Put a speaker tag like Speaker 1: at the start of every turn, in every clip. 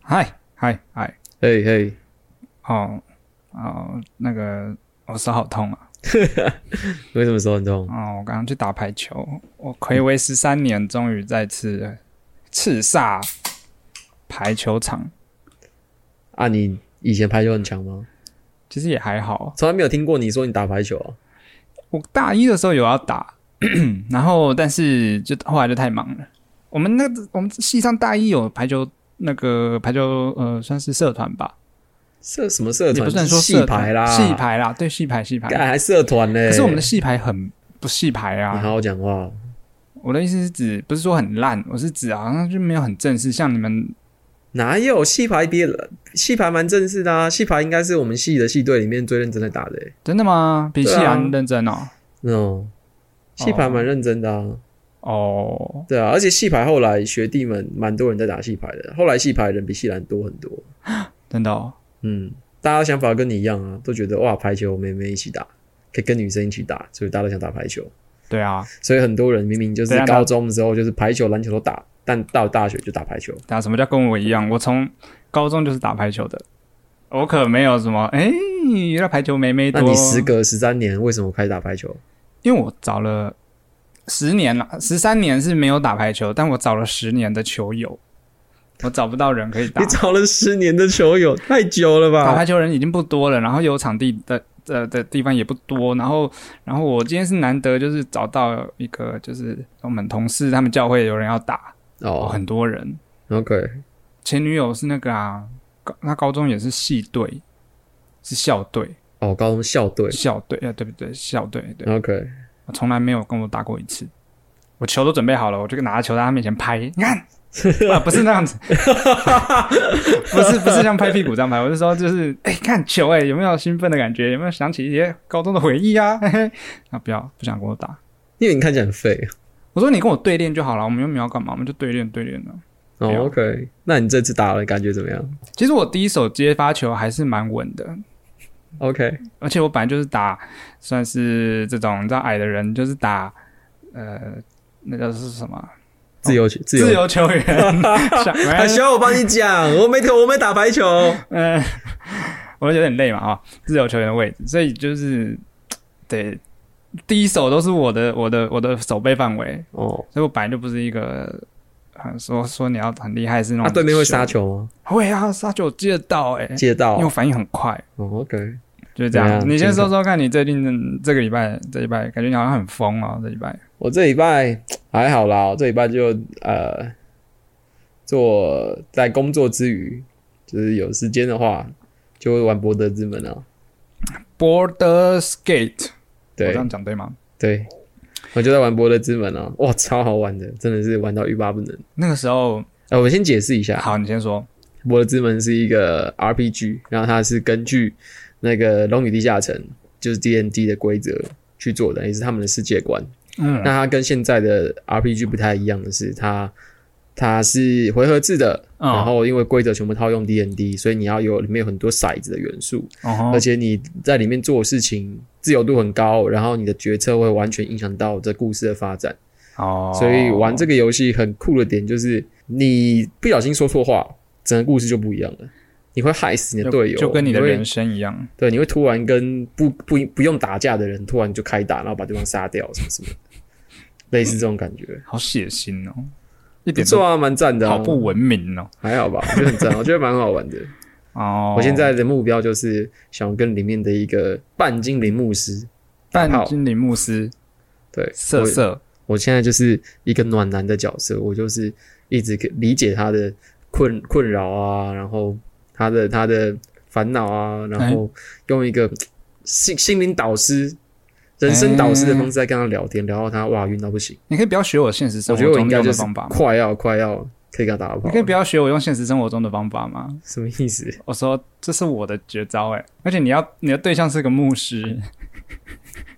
Speaker 1: 嗨嗨嗨，
Speaker 2: 嘿嘿，
Speaker 1: 哦哦，那个我手好痛啊！
Speaker 2: 为什么手很痛？
Speaker 1: 哦，我刚刚去打排球，我暌违十三年，终于再次叱咤排球场。
Speaker 2: 啊，你以前排球很强吗？
Speaker 1: 其实也还好，
Speaker 2: 从来没有听过你说你打排球啊。
Speaker 1: 我大一的时候有要打，然后但是就后来就太忙了。我们那个我们系上大一有排球那个排球呃算是社团吧，
Speaker 2: 社什么社
Speaker 1: 也
Speaker 2: 团？
Speaker 1: 不算说
Speaker 2: 戏
Speaker 1: 社
Speaker 2: 排
Speaker 1: 团
Speaker 2: 啦，
Speaker 1: 系排啦，对系排系排。
Speaker 2: 干还社团呢、
Speaker 1: 可是我们的系排很不系排
Speaker 2: 你
Speaker 1: 啊，
Speaker 2: 好好讲话。
Speaker 1: 我的意思是指不是说很烂，我是指好像就没有很正式，像你们
Speaker 2: 哪有戏排比戏排蛮正式的啊？戏排应该是我们系的系队里面最认真的打的、欸。
Speaker 1: 真的吗？比西
Speaker 2: 对啊
Speaker 1: 安认真哦。
Speaker 2: 嗯，戏排蛮认真的啊。
Speaker 1: 哦，
Speaker 2: 对啊，而且戏排后来学弟们蛮多人在打戏排的，后来戏排人比戏篮多很多。
Speaker 1: 真的哦，
Speaker 2: 嗯，大家想法跟你一样啊，都觉得哇，排球妹妹一起打，可以跟女生一起打，所以大家都想打排球。
Speaker 1: 对啊，
Speaker 2: 所以很多人明明就是
Speaker 1: 等一下
Speaker 2: 高中的时候就是排球、篮球都打，但到大学就打排球。
Speaker 1: 打什么叫跟我一样？我从高中就是打排球的，我可没有什么哎，原来排球妹妹
Speaker 2: 那
Speaker 1: 多。
Speaker 2: 你时隔十三年，为什么开始打排球？
Speaker 1: 因为我找了十年了，十三年是没有打排球，但我找了十年的球友，我找不到人可以打
Speaker 2: 你。找了十年的球友，太久了
Speaker 1: 打
Speaker 2: 吧？
Speaker 1: 排球人已经不多了，然后有场地的的的地方也不多，然后然后我今天是难得就是找到一个就是我们同事他们教会有人要打，哦，
Speaker 2: 哦
Speaker 1: 很多人。
Speaker 2: ，OK，
Speaker 1: 前女友是那个啊，高她高中也是系队，是校队，
Speaker 2: 哦，高中校队
Speaker 1: 校队啊，对不对？校队对，
Speaker 2: ，OK，
Speaker 1: 我从来没有跟我打过一次。我球都准备好了，我就拿着球在他面前拍，你 看，啊、不是那样子，不是不是像拍屁股这样拍，我是说就是，哎、看球、哎，有没有兴奋的感觉？有没有想起一些高中的回忆啊？ 嘿嘿，啊，不要，不想跟我打。
Speaker 2: 因为你看起来很废。
Speaker 1: 我说你跟我对练就好了，我们又没有要干嘛，我们就对练对练了。
Speaker 2: 哦
Speaker 1: 对啊
Speaker 2: ，OK，那你这次打了感觉怎么样
Speaker 1: 其实我第一手接发球还是蛮稳的，
Speaker 2: ？OK，
Speaker 1: 而且我本来就是打，算是这种你知道矮的人，就是打，呃，那叫是什么？
Speaker 2: 自由球，自
Speaker 1: 自由
Speaker 2: 由。
Speaker 1: 哎球 员。想
Speaker 2: 啊，需要我帮你讲，我没我没打排球。
Speaker 1: 呃， 我有点累嘛啊、自由球员的位置，所以就是对第一手都是我的我的我的手背范围，
Speaker 2: 哦，
Speaker 1: 所以我本来就不是一个。啊说说你要很厉害是那
Speaker 2: 他
Speaker 1: 种，
Speaker 2: 啊对面会杀，球吗？
Speaker 1: 会啊杀球我接得到哎、
Speaker 2: 接到
Speaker 1: 因为我反应很快，
Speaker 2: 哦，OK，
Speaker 1: 就是这
Speaker 2: 对啊
Speaker 1: 样。你
Speaker 2: 健
Speaker 1: 先
Speaker 2: 康
Speaker 1: 说说看你最近这个礼拜这礼拜感觉你好像很疯哦，这礼拜
Speaker 2: 我这礼拜还好啦，我这礼拜就呃，做在工作之余，就是有时间的话，就会玩博德之门啊。
Speaker 1: Border Skate，我这
Speaker 2: 对
Speaker 1: 样讲对吗？
Speaker 2: 对，我就在玩博德之门啊，哇，超好玩的，真的是玩到欲罢不能。
Speaker 1: 那个时候，
Speaker 2: 呃，我先解释一下，
Speaker 1: 好，你先说。
Speaker 2: 《博德之门》是一个 RPG，然后它是根据那个《龙与地下城》就是 D N D 的规则去做的，也是他们的世界观。
Speaker 1: 嗯
Speaker 2: 那它跟现在的 RPG 不太一样的是，它它是回合制的，
Speaker 1: 嗯
Speaker 2: 然后因为规则全部套用 D N D，所以你要有里面有很多骰子的元素，而
Speaker 1: 哦，
Speaker 2: 且你在里面做的事情自由度很高，然后你的决策会完全影响到这故事的发展。
Speaker 1: 哦
Speaker 2: 所以玩这个游戏很酷的点就是，你不小心说错话，整个故事就不一样了。你会害死你的
Speaker 1: 就
Speaker 2: 队友，
Speaker 1: 就跟你的
Speaker 2: 会
Speaker 1: 人生一样。
Speaker 2: 对，你会突然跟不不不用打架的人突然就开打，然后把对方杀掉，什么什么的， 类似这种感觉。
Speaker 1: 好血腥哦，一
Speaker 2: 不
Speaker 1: 点
Speaker 2: 错啊，蛮赞的、
Speaker 1: 都
Speaker 2: 啊，
Speaker 1: 好不文明哦。
Speaker 2: 还好吧？我觉得很赞，我觉得蛮好玩的。
Speaker 1: 哦，
Speaker 2: 我现在的目标就是想跟里面的一个半精灵牧师，
Speaker 1: 扮
Speaker 2: 好
Speaker 1: 精灵牧师
Speaker 2: 对，
Speaker 1: 瑟
Speaker 2: 我
Speaker 1: 瑟，
Speaker 2: 我现在就是一个暖男的角色，我就是一直理解他的困困扰啊，然后他的他的烦恼啊，然后
Speaker 1: 哎
Speaker 2: 用一个嘖心心灵导师、人生导师的方式在跟他聊天，聊到他哇晕到不行，
Speaker 1: 你可以不要学我现实生
Speaker 2: 我
Speaker 1: 活
Speaker 2: 觉得我
Speaker 1: 中
Speaker 2: 应该
Speaker 1: 用
Speaker 2: 就
Speaker 1: 的
Speaker 2: 是
Speaker 1: 方法吗？
Speaker 2: 快要快要可以跟他打
Speaker 1: 你
Speaker 2: 炮
Speaker 1: 可以不
Speaker 2: 了，
Speaker 1: 要学我用现实生活中的方法吗？
Speaker 2: 什么意思？
Speaker 1: 我说这是我的绝招哎，而且你要你的对象是个牧师，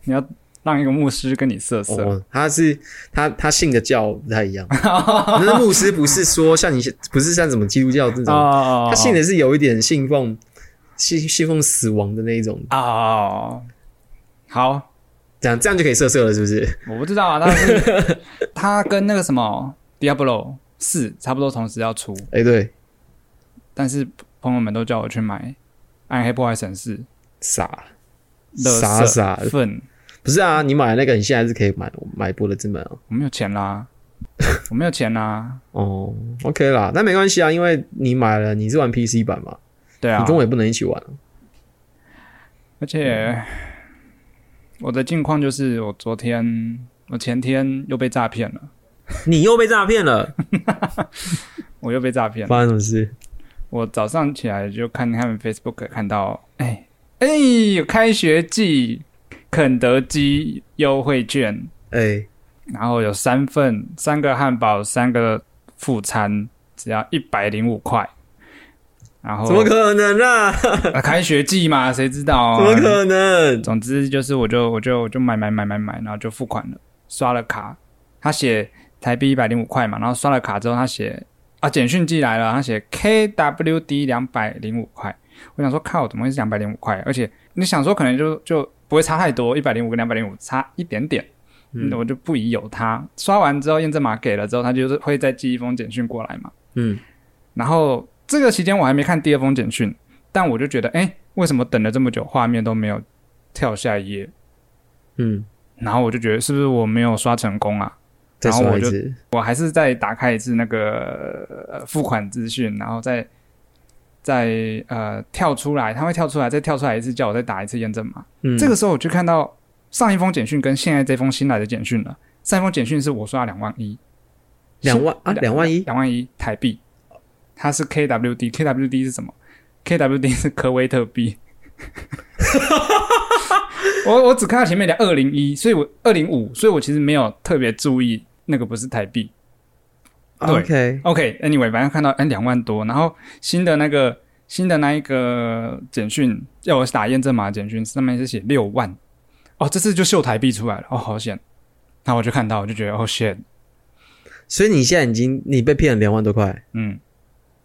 Speaker 1: 你要让一个牧师跟你瑟瑟，
Speaker 2: 哦，他是他他信的教不太一 样，那牧师不是说像你不是像什么基督教这种，
Speaker 1: 哦
Speaker 2: 他信的是有一点信奉信信奉死亡的那一种
Speaker 1: 哦，好，
Speaker 2: 这样这样就可以色色了，是不是？
Speaker 1: 我不知道啊，但是 他跟那个什么 Diablo 四差不多同时要出，
Speaker 2: 哎、对，
Speaker 1: 但是朋友们都叫我去买《暗黑破坏神四》
Speaker 2: 傻了，
Speaker 1: 垃圾
Speaker 2: 傻傻的。
Speaker 1: 粪，
Speaker 2: 不是啊，你买那个，你现在是可以买买波的之门啊。
Speaker 1: 我没有钱 啦，我没有钱啊啦，
Speaker 2: 哦，OK 啦，那没关系啊，因为你买了，你是玩 PC 版嘛，
Speaker 1: 对啊
Speaker 2: 你，跟我也不能一起玩啊。
Speaker 1: 而且我的近况就是我昨天我前天又被诈骗了，
Speaker 2: 你又被诈骗了，
Speaker 1: 我又被诈骗了。
Speaker 2: 发生什么事？
Speaker 1: 我早上起来就看他们 Facebook 看到，哎哎，有开学季肯德基优惠券，
Speaker 2: 哎、
Speaker 1: 然后有三份三个汉堡，三个副餐，只要一百零五块。然后
Speaker 2: 怎么可能啊？怎
Speaker 1: 啊开学季嘛，谁知道、啊？
Speaker 2: 么可能？
Speaker 1: 总之就是我就我就我就买买买买买，然后就付款了，刷了卡，他写台币一百零五块嘛，然后刷了卡之后他写啊简讯寄来了，他写 KWD 两百零五块，我想说靠，怎么会是两百零五块？而且你想说可能就就不会差太多，一百零五跟两百零五差一点点。
Speaker 2: 嗯
Speaker 1: 嗯，我就不疑有他。刷完之后，验证码给了之后，他就是会再寄一封简讯过来嘛。
Speaker 2: 嗯，
Speaker 1: 然后这个期间我还没看第二封简讯，但我就觉得，哎、为什么等了这么久，画面都没有跳下一页？
Speaker 2: 嗯，
Speaker 1: 然后我就觉得是不是我没有刷成功啊？
Speaker 2: 再
Speaker 1: 然后
Speaker 2: 说
Speaker 1: 我
Speaker 2: 一
Speaker 1: 就
Speaker 2: 次，
Speaker 1: 我还是再打开一次那个、呃付款资讯，然后再再呃跳出来，它会跳出来，再跳出来一次，叫我再打一次验证码。
Speaker 2: 嗯，
Speaker 1: 这个时候我就看到上一封简讯跟现在这封新来的简讯了。上一封简讯是我刷两万一，
Speaker 2: 两万啊，两万一，
Speaker 1: 两万一台币，它是 KWD，KWD 是什么？KWD 是科威特币。 我我只看到前面的二零一，所以我二零五，所以我其实没有特别注意那个不是台币。对
Speaker 2: 啊 OK，
Speaker 1: OK，Anyway，、反正看到嗯两万多，然后新的那个新的那一个简讯要我打验证码，简讯上面是写六万，哦，这次就秀台币出来了，哦，好险！那我就看到，我就觉得哦 shit，
Speaker 2: 所以你现在已经你被骗了两万多块，
Speaker 1: 嗯，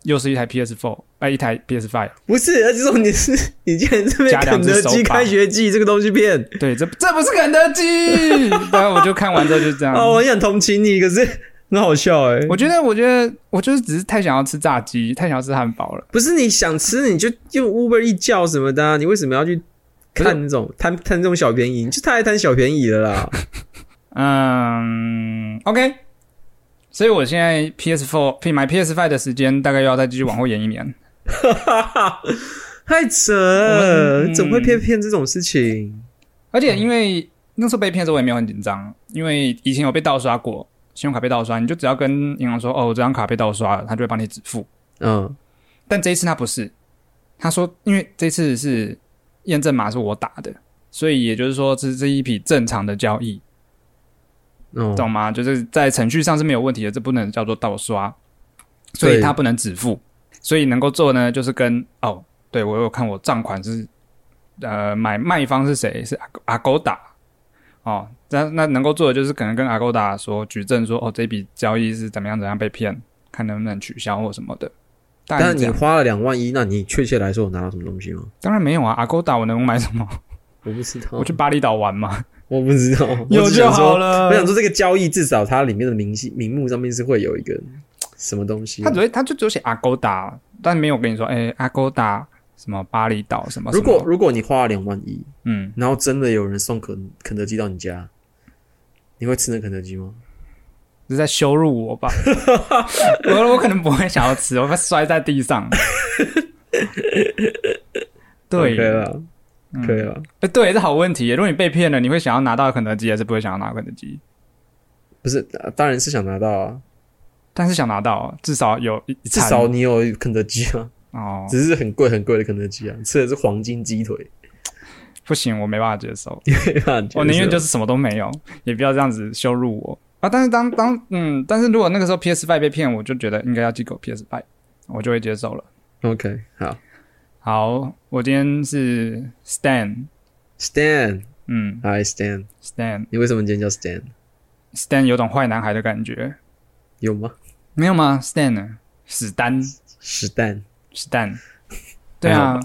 Speaker 1: 又是一台 PS Four，哎、一台 PS Five，
Speaker 2: 不是，而且重点是你竟然是被
Speaker 1: 加
Speaker 2: 肯
Speaker 1: 两只
Speaker 2: 德
Speaker 1: 手
Speaker 2: 基
Speaker 1: 把
Speaker 2: 开学季这个东西骗。
Speaker 1: 对，这这不是肯德基。然后我就看完之后就是这样。
Speaker 2: 啊，我很想同情你，可是很好笑哎、
Speaker 1: 嗯我觉得，我觉得，我就是只是太想要吃炸鸡，太想要吃汉堡了。
Speaker 2: 不是你想吃你就用 Uber 一叫什么的、啊，你为什么要去看那种贪贪这种小便宜？你就太贪小便宜了 啦。
Speaker 1: 嗯，OK。所以我现在 PS Four 买 PS Five 的时间大概又要再继续往后延一年。
Speaker 2: 太扯了，
Speaker 1: 我们嗯
Speaker 2: 怎么会骗骗这种事情？
Speaker 1: 而且因为那时候被骗的时候我也没有很紧张，因为以前有被盗刷过，信用卡被盗刷，你就只要跟银行说哦，我这张卡被盗刷了，他就会帮你止付。
Speaker 2: 嗯
Speaker 1: 但这一次他不是，他说因为这次是验证码是我打的，所以也就是说这是一笔正常的交易，
Speaker 2: 哦，
Speaker 1: 懂吗？就是在程序上是没有问题的，这不能叫做盗刷，所以
Speaker 2: 对
Speaker 1: 他不能止付，所以能够做呢就是跟哦，对我有看我账款是呃买卖方是谁是阿 d 达哦，那那能够做的就是可能跟阿 d 达说举证说哦这笔交易是怎么样怎么样被骗，看能不能取消或什么的。大概是
Speaker 2: 但
Speaker 1: 这
Speaker 2: 你
Speaker 1: 样
Speaker 2: 花了两万一，那你确切来说，我拿到什么东西吗？
Speaker 1: 当然没有啊，阿勾达我能买什么？
Speaker 2: 我不知道，
Speaker 1: 我去巴厘岛玩嘛，
Speaker 2: 我不知 道，嗯我
Speaker 1: 有
Speaker 2: 只
Speaker 1: 就
Speaker 2: 想说
Speaker 1: 好了
Speaker 2: 我。想说，这个交易至少它里面的明细名目上面是会有一个什么东西
Speaker 1: 他。只会他就只有写阿勾达，但没有跟你说，哎、阿勾达什么巴厘岛什么什
Speaker 2: 如
Speaker 1: 么。
Speaker 2: 果如果你花了两万一，
Speaker 1: 嗯，
Speaker 2: 然后真的有人送肯肯德基到你家，你会吃那肯德基吗？
Speaker 1: 是在羞辱我吧？我我可能不会想要吃，我会摔在地上。对，
Speaker 2: 可以
Speaker 1: 哎、
Speaker 2: 了，可以了。
Speaker 1: 对，这好问题耶。如果你被骗了，你会想要拿到肯德基，还是不会想要拿到肯德基？
Speaker 2: 不是，呃当然是想拿到啊，
Speaker 1: 但是想拿到，至少有一一
Speaker 2: 至
Speaker 1: 餐
Speaker 2: 少你有肯德基啊，
Speaker 1: 哦，
Speaker 2: 只是很贵很贵的肯德基啊，吃的是黄金鸡腿，
Speaker 1: 不行，我没办法接受。
Speaker 2: 对吧
Speaker 1: 我宁愿就是是什么都没有，也不要这样子羞辱我啊！但是当当嗯，但是如果那个时候 PS Five 被骗，我就觉得应该要寄给 PS Five，我就会接受了。
Speaker 2: OK 好
Speaker 1: 好，我今天是 Stan，
Speaker 2: ，Stan，Hi
Speaker 1: 嗯
Speaker 2: Stan，
Speaker 1: ，Stan，Stan
Speaker 2: 你为什么今天叫 Stan？
Speaker 1: 有种坏男孩的感觉，
Speaker 2: 有吗？
Speaker 1: 没有吗？Stan 呢？史丹，
Speaker 2: 史丹，
Speaker 1: 史丹， 对
Speaker 2: 还好
Speaker 1: 啊，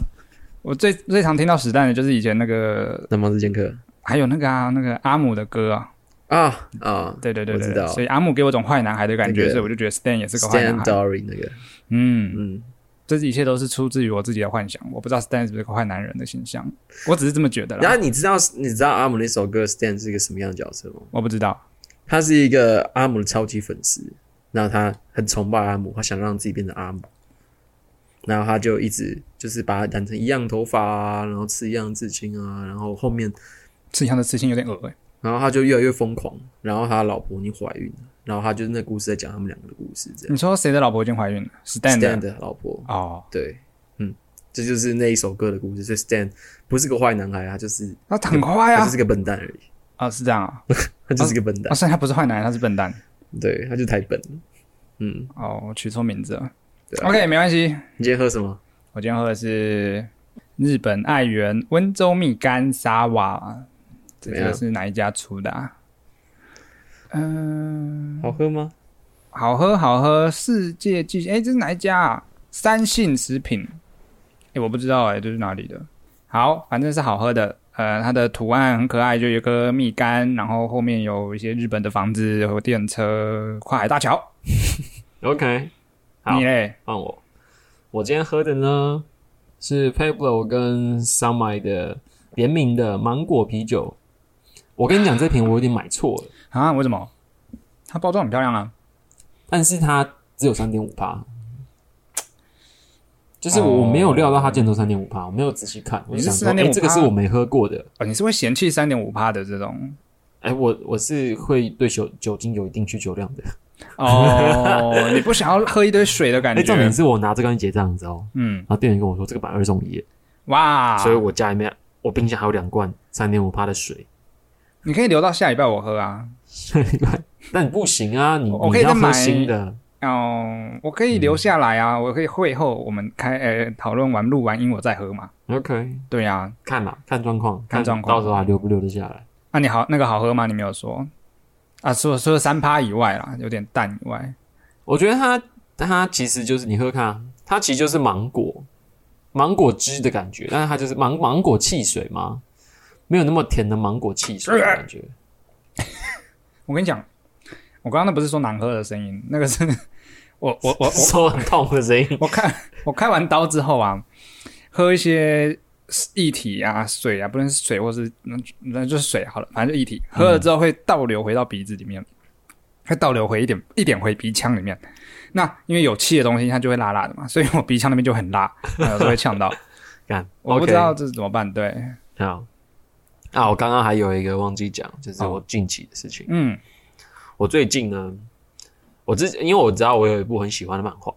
Speaker 1: 我最最常听到史丹的就是以前那个，
Speaker 2: 那么这剑客
Speaker 1: 还有那个啊，那个阿姆的歌啊，
Speaker 2: 啊啊
Speaker 1: 对对对
Speaker 2: 我知
Speaker 1: 对
Speaker 2: 道
Speaker 1: 对，所以阿姆给我种坏男孩的感
Speaker 2: 那
Speaker 1: 觉，
Speaker 2: 个
Speaker 1: 所以我就觉得 Stan 也是个坏男
Speaker 2: ，Stan
Speaker 1: 孩，
Speaker 2: Dory 那个，
Speaker 1: 嗯。
Speaker 2: 嗯，
Speaker 1: 这一切都是出自于我自己的幻想，我不知道 Stan 是不是个坏男人的形象，我只是这么觉得
Speaker 3: 然
Speaker 1: 啦。
Speaker 3: 后你知道你知道阿姆那首歌 Stan 是一个什么样的角色吗？
Speaker 1: 我不知道，
Speaker 3: 他是一个阿姆的超级粉丝，然后他很崇拜阿姆，他想让自己变成阿姆，然后他就一直就是把他染成一样头发啊，然后吃一样的刺青啊，然后后面
Speaker 1: 吃香的刺青有点恶欸
Speaker 3: 然后他就越来越疯狂，然后他老婆已经怀孕了，然后他就是那故事在讲他们两个的故事，这样
Speaker 1: 你说谁的老婆已经怀孕了
Speaker 3: Stan
Speaker 1: ？Stan 的
Speaker 3: 的老婆，
Speaker 1: 哦，
Speaker 3: 对，嗯，这就是那一首歌的故事，所以 Stan 不是个坏男孩，他就是
Speaker 1: 那很快
Speaker 3: 他
Speaker 1: 啊
Speaker 3: 就！是个笨蛋而已，
Speaker 1: 啊，是这样 啊，
Speaker 3: 他就是个笨蛋
Speaker 1: 啊，，虽然他不是坏男人，他是笨蛋。
Speaker 3: 对，他就太笨了，嗯，
Speaker 1: 哦，我取错名字了。
Speaker 3: 对啊
Speaker 1: OK，没关系。
Speaker 3: 你今天喝什么？
Speaker 1: 我今天喝的是日本爱媛温州蜜柑沙瓦，
Speaker 3: 怎
Speaker 1: 这
Speaker 3: 么样
Speaker 1: 个是哪一家出的、啊？嗯、
Speaker 3: 好喝吗？
Speaker 1: 好喝好喝，世界巨星，哎、这是哪一家啊？三信食品，哎、我不知道哎、这是哪里的？好，反正是好喝的。呃，它的图案很可爱，就有一颗蜜柑，然后后面有一些日本的房子和电车、跨海大桥。
Speaker 3: OK，好
Speaker 1: 你嘞？
Speaker 3: 换我。我今天喝的呢是 Pablo 跟 Sunmy 的联名的芒果啤酒。我跟你讲，这瓶我有点买错了，
Speaker 1: 啊？为什么？它包装很漂亮啊。
Speaker 2: 但是它只有三点五趴，就是
Speaker 1: 哦
Speaker 2: 我没有料到它竟然都三点五趴，我没有仔细看，我
Speaker 1: 你
Speaker 2: 就是想说，哎、
Speaker 1: 3.5%
Speaker 2: 这个是我没喝过的，
Speaker 1: 哦，你是会嫌弃三点五帕的这种
Speaker 2: 哎、我我是会对酒酒精有一定需求量的，
Speaker 1: 哦， 你不想要喝一堆水的感
Speaker 2: 哎、
Speaker 1: 觉？
Speaker 2: 重点是我拿这个去结账，你知道吗？
Speaker 1: 嗯，
Speaker 2: 然后店员跟我说这个买二送一耶，
Speaker 1: 哇，
Speaker 2: 所以我家里面我冰箱还有两罐三点五趴的水，
Speaker 1: 你可以留到下礼拜我喝啊。
Speaker 2: 但你不行啊，你
Speaker 1: 我我可
Speaker 2: 你
Speaker 1: 以
Speaker 2: 要
Speaker 1: 再买
Speaker 2: 喝新的，
Speaker 1: 哦，我可以留下来啊，我可以会后我们开呃讨论完录完音我再喝嘛。
Speaker 2: OK，
Speaker 1: 对啊，
Speaker 2: 看啦，看状况，
Speaker 1: 看状况
Speaker 2: 到时候还留不留得下来。
Speaker 1: 那、啊你好那个好喝吗？你没有说啊，除了除了三趴以外啦，有点淡以外，
Speaker 2: 我觉得它它其实就是你喝看啊，它其实就是芒果芒果汁的感觉，但是它就是芒芒果汽水嘛，没有那么甜的芒果汽水的感觉。
Speaker 1: 我跟你讲，我刚刚那不是说难喝的声音，那个是 我 我我我
Speaker 2: 手很痛的声音，
Speaker 1: 我看 我开完刀之后啊，喝一些液体啊、水啊，不论是水或是那那就是水好了，反正就液体，喝了之后会倒流回到鼻子里面，会倒流回一点一点回鼻腔里面。那因为有气的东西，它就会辣辣的嘛，所以我鼻腔那边就很 辣，有时候会呛到。
Speaker 2: 干，
Speaker 1: 我不
Speaker 2: OK
Speaker 1: 知道这是怎么办。对，
Speaker 2: 好啊，我刚刚还有一个忘记讲，就是
Speaker 1: 哦
Speaker 2: 我近期的事情。
Speaker 1: 嗯，
Speaker 2: 我最近呢，我之因为我知道我有一部很喜欢的漫画，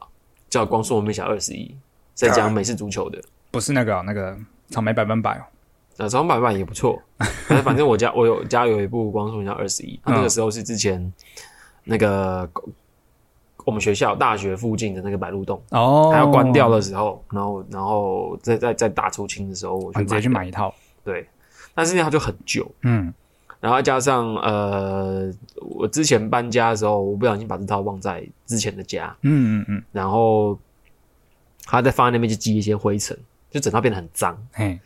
Speaker 2: 叫《光速蒙面侠二十一》，在
Speaker 1: 啊
Speaker 2: 讲美式足球的。
Speaker 1: 不是那个哦、那个草莓百分百哦。
Speaker 2: 呃，长板板也不错。但是反正我家我有家有一部《光速人家二十一》，它
Speaker 1: 嗯
Speaker 2: 那个时候是之前那个我们学校大学附近的那个白鹿洞，
Speaker 1: 哦，
Speaker 2: 它要关掉的时候，然后然后在在在大出清的时候，我
Speaker 1: 哦，
Speaker 2: 去
Speaker 1: 你直接去
Speaker 2: 的
Speaker 1: 买一套。
Speaker 2: 对，但是它就很旧，
Speaker 1: 嗯，
Speaker 2: 然后加上呃，我之前搬家的时候，我不小心把这套忘在之前的家，
Speaker 1: 嗯嗯嗯，
Speaker 2: 然后它在放在那边就积一些灰尘，就整套变得很脏。
Speaker 1: 嘿，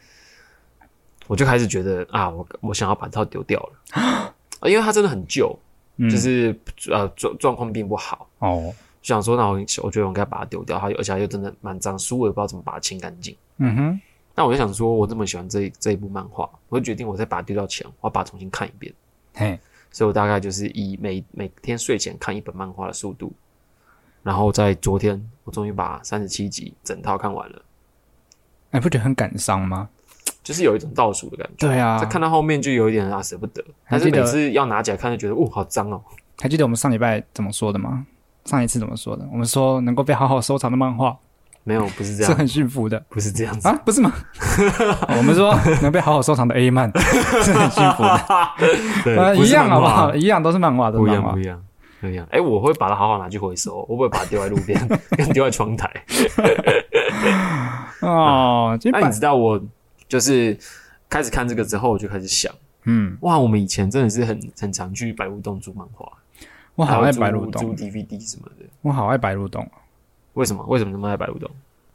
Speaker 2: 我就开始觉得啊，我我想要把这套丢掉了，啊因为它真的很旧，
Speaker 1: 嗯
Speaker 2: 就是呃状状况并不好，
Speaker 1: 哦，
Speaker 2: 就想说那我我觉得我应该把它丢掉，它而且它又真的蛮脏，书我也不知道怎么把它清干净。
Speaker 1: 嗯哼，
Speaker 2: 那我就想说，我这么喜欢这一这一部漫画，我就决定我再把它丢掉前，我要把它重新看一遍。
Speaker 1: 嘿，
Speaker 2: 所以我大概就是以每每天睡前看一本漫画的速度，然后在昨天我终于把三十七集整套看完了，
Speaker 1: 哎，不觉得很感伤吗？
Speaker 2: 就是有一种倒数的感觉。
Speaker 1: 对啊，
Speaker 2: 再看到后面就有一点啊舍不得，
Speaker 1: 还
Speaker 2: 但
Speaker 1: 记
Speaker 2: 是
Speaker 1: 得
Speaker 2: 每次要拿起来看就觉得，哦，好脏哦。
Speaker 1: 还记得我们上礼拜怎么说的吗？上一次怎么说的？我们说能够被好好收藏的漫画
Speaker 2: 没有，不是这
Speaker 1: 是
Speaker 2: 样，
Speaker 1: 很幸福的
Speaker 2: 不是这样子
Speaker 1: 啊，。不 是吗？哦我们说能被好好收藏的 A 漫是很幸福的，
Speaker 2: 对
Speaker 1: 呃，
Speaker 2: 不
Speaker 1: 一
Speaker 2: 是
Speaker 1: 样
Speaker 2: 漫
Speaker 1: 好不
Speaker 2: 画
Speaker 1: 好？一样都是漫画，都
Speaker 2: 不
Speaker 1: 是
Speaker 2: 一
Speaker 1: 漫
Speaker 2: 样，
Speaker 1: 画
Speaker 2: 不一。样，不一样。哎，我会把它好好拿去回收，我不会把它丢在路 边，跟丢在窗台。
Speaker 1: 哦，这
Speaker 2: 那
Speaker 1: 版
Speaker 2: 你知道我就是开始看这个之后，我就开始想，
Speaker 1: 嗯，
Speaker 2: 哇，我们以前真的是很很常去白鹿洞租漫画，
Speaker 1: 我好
Speaker 2: 还
Speaker 1: 爱
Speaker 2: 有租
Speaker 1: 白鹿
Speaker 2: 租
Speaker 1: 洞，
Speaker 2: DVD 什么的。
Speaker 1: 我好爱白鹿洞。
Speaker 2: 为什么？为什么那么爱白鹿洞？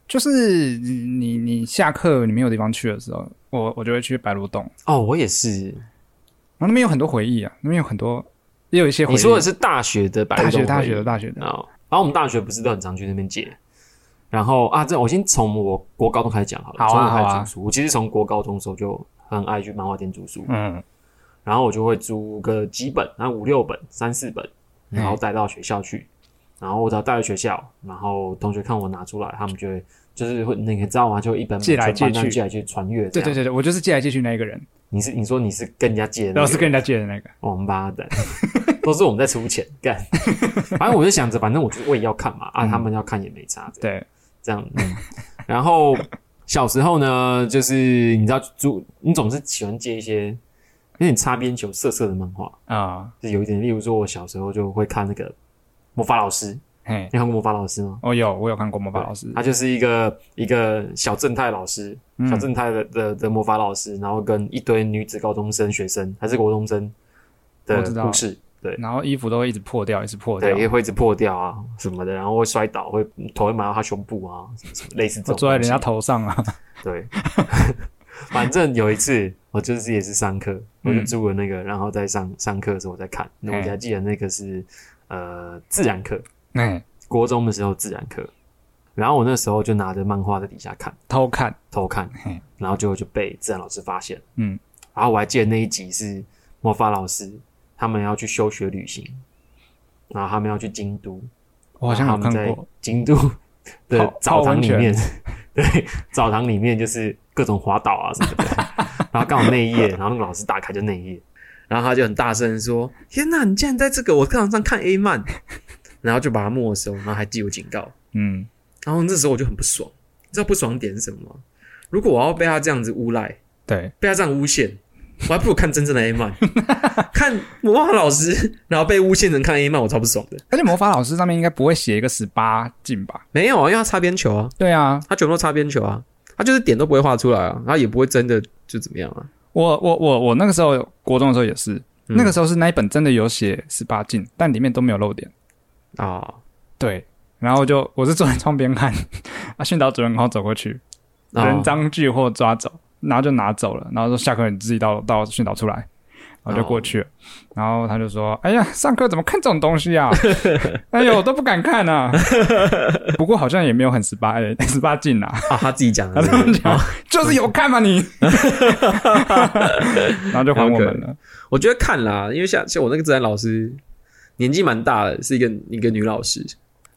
Speaker 1: 就是你你你下课你没有地方去的时候，我我就会去白鹿洞，
Speaker 2: 哦，我也是。
Speaker 1: 然后那边有很多回忆啊，那边有很多也有一哎些回忆。
Speaker 2: 你说的是大学的白
Speaker 1: 大
Speaker 2: 鹿洞
Speaker 1: 学
Speaker 2: 会？
Speaker 1: 大学的大学的
Speaker 2: 哦，然后我们大学不是都很常去那边借？
Speaker 4: 然后啊，这我先从我国高中开始讲好了，
Speaker 1: 好啊
Speaker 4: 从我开
Speaker 1: 好
Speaker 4: 始
Speaker 1: 啊
Speaker 4: 读书。我其实从国高中的时候就很爱去漫画店租书，
Speaker 1: 嗯，
Speaker 4: 然后我就会租个几本，然后五六本、三四本，
Speaker 1: 嗯
Speaker 4: 然后带到学校去。然后我只要带到学校，然后同学看我拿出来，他们就会就是会那个知道吗？就一本本
Speaker 1: 借来
Speaker 4: 全班
Speaker 1: 借
Speaker 4: 这样
Speaker 1: 去
Speaker 4: 借来借去传阅。
Speaker 1: 对对，对对，我就是借来借去那一个人，
Speaker 4: 你是你说你是跟人家借的那个，
Speaker 1: 然后是跟人家借的那个。
Speaker 4: 王八 蛋，都是我们在出钱干。反正我就想着，反正我就我也要看嘛，
Speaker 1: 嗯
Speaker 4: 啊，他们要看也没差，这样
Speaker 1: 对，
Speaker 4: 这样。嗯、然后小时候呢，就是你知道，租你总是喜欢借一些有点擦边球、色色的漫画，
Speaker 1: 啊，
Speaker 4: 就有一点，例如说，我小时候就会看那个魔法老师，
Speaker 1: 嘿，
Speaker 4: 你看过魔法老师吗？
Speaker 1: 我有我有看过魔法老师，
Speaker 4: 他就是一个一个小正太老师，
Speaker 1: 嗯
Speaker 4: 小正太的的的魔法老师，然后跟一堆女子高中生学生还是国中生的
Speaker 1: 我知道
Speaker 4: 故事，对。
Speaker 1: 然后衣服都会一直破掉，一直破掉
Speaker 4: 对，。也会一直破掉啊什么的，然后会摔倒，会头会埋到他胸部啊，什么什么类似这种东
Speaker 1: 我
Speaker 4: 西。
Speaker 1: 坐在人家头上啊，
Speaker 4: 对， 反正有一次我就是也是上课，我就租了那个，然后在上上课的时候我在看，那我
Speaker 1: 嗯嘿
Speaker 4: 还记得那个是呃自然课，
Speaker 1: 哎，
Speaker 4: 国中的时候自然课，然后我那时候就拿着漫画在底下看
Speaker 1: 偷看，
Speaker 4: 偷看
Speaker 1: 嘿，
Speaker 4: 然后结果就被自然老师发现，
Speaker 1: 嗯，
Speaker 4: 然后我还记得那一集是魔法老师他们要去休学旅行，然后他们要去京都。
Speaker 1: 我好像有
Speaker 4: 然后啊
Speaker 1: 看
Speaker 4: 他们在
Speaker 1: 过。
Speaker 4: 京 都的
Speaker 1: 泡
Speaker 4: 澡
Speaker 1: 泡
Speaker 4: 堂
Speaker 1: 温
Speaker 4: 里
Speaker 1: 泉
Speaker 4: 面，对，澡堂里面就是各种滑倒啊什么的，然后刚好那一页，然后那个老师打开就那一页，
Speaker 2: 然后他就很大声地说：“天哪，你竟然在这个我课堂上看 A 漫！”然后就把他没收，然后还记我警告。
Speaker 1: 嗯，
Speaker 2: 然后那时候我就很不爽，你知道不爽点是什么吗？如果我要被他这样子诬赖，
Speaker 1: 对，
Speaker 2: 被他这样诬陷，我还不如看真正的 A 漫， 看我忘了老师，然后被诬陷成看 A 漫，我超不爽的。
Speaker 1: 而且魔法老师上面应该不会写一个十八禁吧？
Speaker 2: 没有啊，因为他擦边球啊，
Speaker 1: 对啊，
Speaker 2: 他全部都擦边球啊，他就是点都不会画出来啊，他也不会真的就怎么样啊。
Speaker 1: 我我我我那个时候国中的时候也是，
Speaker 2: 嗯
Speaker 1: 那个时候是那一本真的有写十八禁，但里面都没有漏点。
Speaker 2: 啊、
Speaker 1: 对，然后就我是坐在窗边看， 啊，训导主任刚好走过去，
Speaker 2: 哦
Speaker 1: 人赃俱获抓走，然后就拿走了，然后说下课你自己到到训导处来，然后就过去了，然后他就说：“哎呀，上课怎么看这种东西啊？哎呦，我都不敢看啊！不过好像也没有很十八哎十八禁啊，
Speaker 2: 啊，他自己讲 的
Speaker 1: 他
Speaker 2: 是
Speaker 1: 这
Speaker 2: 不是，
Speaker 1: 样讲，就是有看嘛你，然后就还我们了。
Speaker 2: 我觉得看啦，因为像像我那个自然老师年纪蛮大的，是一个一个女老师，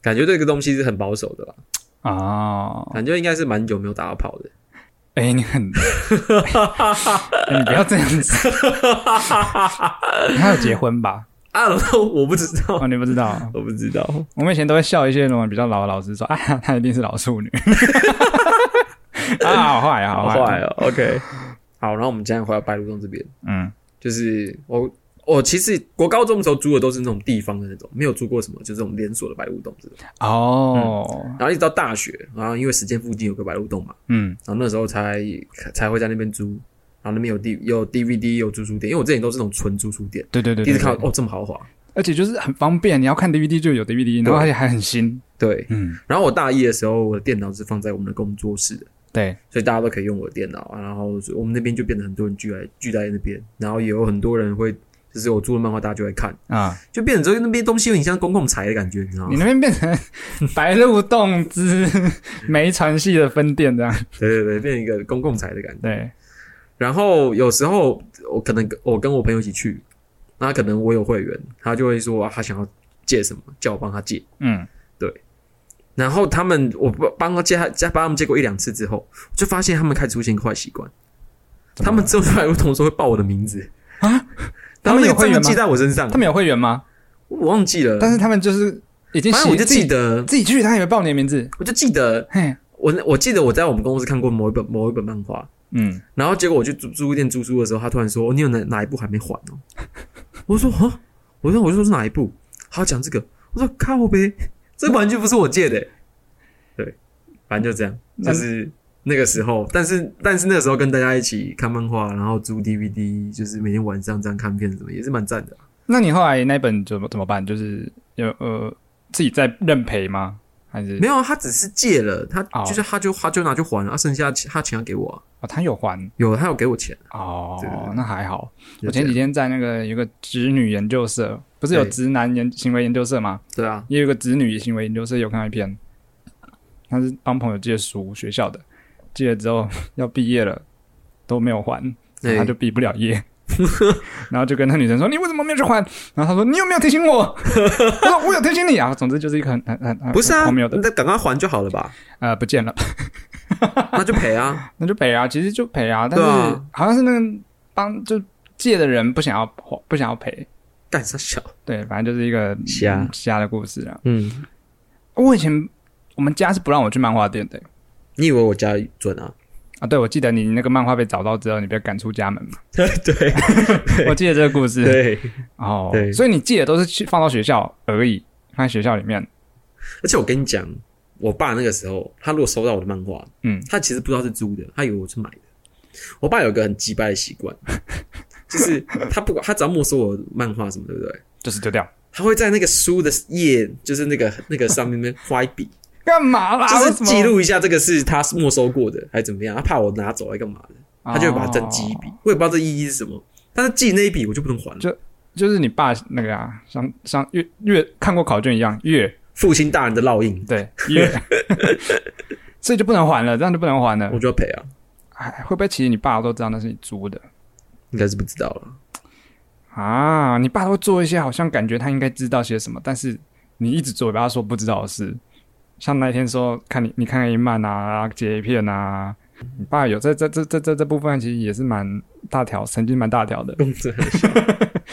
Speaker 2: 感觉对这个东西是很保守的啦，
Speaker 1: 哦，
Speaker 2: 感觉应该是蛮久没有打到炮的。
Speaker 1: 哎、你很，哎你不要这样子。他有结婚吧？
Speaker 2: 啊， 我不知道，
Speaker 1: 哦，你不知道，
Speaker 2: 我不知道，
Speaker 1: 我们以前都会笑一些那种比较老的老师说：“哎呀， 她一定是老 处女。”啊，好坏啊，
Speaker 2: 好
Speaker 1: 好
Speaker 2: 坏
Speaker 1: 坏。
Speaker 2: 哦。OK，好，然后我们今天回到白鹿洞这边，
Speaker 1: 嗯，
Speaker 2: 就是我我其实国高中的时候租的都是那种地方的那种，没有租过什么，就这种连锁的白鹿洞这种。
Speaker 1: 哦，
Speaker 2: 然后一直到大学，然后因为实践附近有个白鹿洞嘛，
Speaker 1: 嗯，
Speaker 2: 然后那时候才才会在那边租，然后那边有 D 有 DVD 有租书店，因为我之前都是那种纯租书店，
Speaker 1: 对对对
Speaker 2: 第一
Speaker 1: 对
Speaker 2: 次看
Speaker 1: 对，
Speaker 2: 到哦这么豪华，
Speaker 1: 而且就是很方便，你要看 DVD 就有 DVD，然后而且还很新。
Speaker 2: 对。
Speaker 1: 嗯，
Speaker 2: 然后我大一的时候，我的电脑是放在我们的工作室的，
Speaker 1: 对，
Speaker 2: 所以大家都可以用我的电脑。啊然后所以我们那边就变得很多人聚来聚在那边，然后也有很多人会，就是我租的漫画大家就会看，
Speaker 1: 啊，
Speaker 2: 就变成这那边东西有点像公共财的感觉，你知道
Speaker 1: 你
Speaker 2: 吗？
Speaker 1: 那边变成白鹿洞之 梅传系的分店这样。
Speaker 2: 对对对，变成一个公共财的感觉。
Speaker 1: 对，
Speaker 2: 然后有时候我可能跟我跟我朋友一起去，那可能我有会员，他就会说、啊、他想要借什么，叫我帮他借。
Speaker 1: 嗯，
Speaker 2: 然后他们，我帮帮他借他，再帮他们借过一两次之后，我就发现他们开始出现一个坏习惯，
Speaker 1: 怎么
Speaker 2: 他们之后出来有同事会报我的名字
Speaker 1: 啊，他
Speaker 2: 他们
Speaker 1: 们有
Speaker 2: 有
Speaker 1: 会
Speaker 2: 会
Speaker 1: 员吗
Speaker 2: 员记在我身上
Speaker 1: 他，们有会员吗？
Speaker 2: 我忘记了，
Speaker 1: 但是他们就是已经
Speaker 2: 呃反正我就
Speaker 1: 自己
Speaker 2: 记得，
Speaker 1: 自己去，他也会报你的名字。
Speaker 2: 我就记得，
Speaker 1: 嘿，
Speaker 2: 我我记得我在我们公司看过某一本某一本漫画，
Speaker 1: 嗯，
Speaker 2: 然后结果我去租租书店租书的时候，他突然说：“你有哪哪一部还没还哦？” 我说：“哈，我说我就说是哪一部？”他讲这个，我说：“靠呗，这完全不是我借的。” 对，反正就这样，
Speaker 1: 那
Speaker 2: 就是那个时候，但是但是那个时候跟大家一起看漫画，然后租 DVD，就是每天晚上这样看片什么，也是蛮赞的。
Speaker 1: 那你后来那本怎么怎么办？就是有呃自己在认赔吗？还是
Speaker 2: 没有啊，他只是借了，他
Speaker 1: 哦
Speaker 2: 就是他就他就拿去还了，啊，剩下钱他钱要给我啊、
Speaker 1: 哦他有还
Speaker 2: 有他有给我钱。
Speaker 1: 哦
Speaker 2: 对对对，
Speaker 1: 那还好。
Speaker 2: 就
Speaker 1: 我
Speaker 2: 这
Speaker 1: 前
Speaker 2: 样
Speaker 1: 几天在那个有个直女研究社，不是有
Speaker 2: 对
Speaker 1: 直男研行为研究社吗？
Speaker 2: 对啊，
Speaker 1: 也有个直女行为研究社，有看到一篇，他是帮朋友借书，学校的，借了之后要毕业了都没有还，然后哦他就毕不了业。 然后就跟那女生说：“你为什么没有去还？”然后他说：“你有没有提醒我？”他说：“我有提醒你啊。”总之就是一个很很很很
Speaker 2: 不是啊，
Speaker 1: 荒谬的
Speaker 2: 那赶快还就好了吧，
Speaker 1: 呃不见了，
Speaker 2: 那就赔啊。
Speaker 1: 那就赔啊，其实就赔啊，但是
Speaker 2: 对啊
Speaker 1: 好像是那个帮就借的人不想要不想要赔，
Speaker 2: 干啥小？
Speaker 1: 对，反正就是一个
Speaker 2: 瞎
Speaker 1: 嗯瞎的故事啊。哦
Speaker 2: 嗯，
Speaker 1: 我以前我们家是不让我去漫画店的
Speaker 2: 你以为我家准 啊？
Speaker 1: 啊，对，我记得你那个漫画被找到之后，你被赶出家门嘛，
Speaker 2: 对
Speaker 1: 我记得这个故事
Speaker 2: 对，
Speaker 1: 哦
Speaker 2: 对，
Speaker 1: 所以你借的都是去放到学校而已，放在学校里面，
Speaker 2: 而且我跟你讲，我爸那个时候，他如果收到我的漫画，
Speaker 1: 嗯，
Speaker 2: 他其实不知道是租的，他以为我是买的。我爸有个很鸡掰的习惯， 就是他不管他只要没收我的漫画什么，对不对？
Speaker 1: 就是丢掉，
Speaker 2: 他会在那个书的页，就是那个那个上面那边画一 笔，
Speaker 1: 干嘛啦？
Speaker 2: 就
Speaker 1: 为
Speaker 2: 是
Speaker 1: 什么
Speaker 2: 记，录一下这个是他没收过的，还是怎么样？他怕我拿走还干嘛的，他就会把它再记一笔
Speaker 1: 哦。
Speaker 2: 我也不知道这意义是什么，但是记那一笔我就不能还了。
Speaker 1: 就就是你爸那个啊，像像月月看过考卷一样，月
Speaker 2: 父亲大人的烙印，
Speaker 1: 对，月，所以就不能还了，这样就不能还了
Speaker 2: 我。就要赔啊，
Speaker 1: 哎，会不会其实你爸都知道那是你租的
Speaker 2: 应该是不知道了。
Speaker 1: 啊？你爸都会做一些好像感觉他应该知道些什么，但是你一直嘴巴说不知道的事。像那一天说看你你看 A 漫啊，截片啊，你爸有在这这这这这部分其实也是蛮大条，神经蛮大条的。
Speaker 2: 公子很小，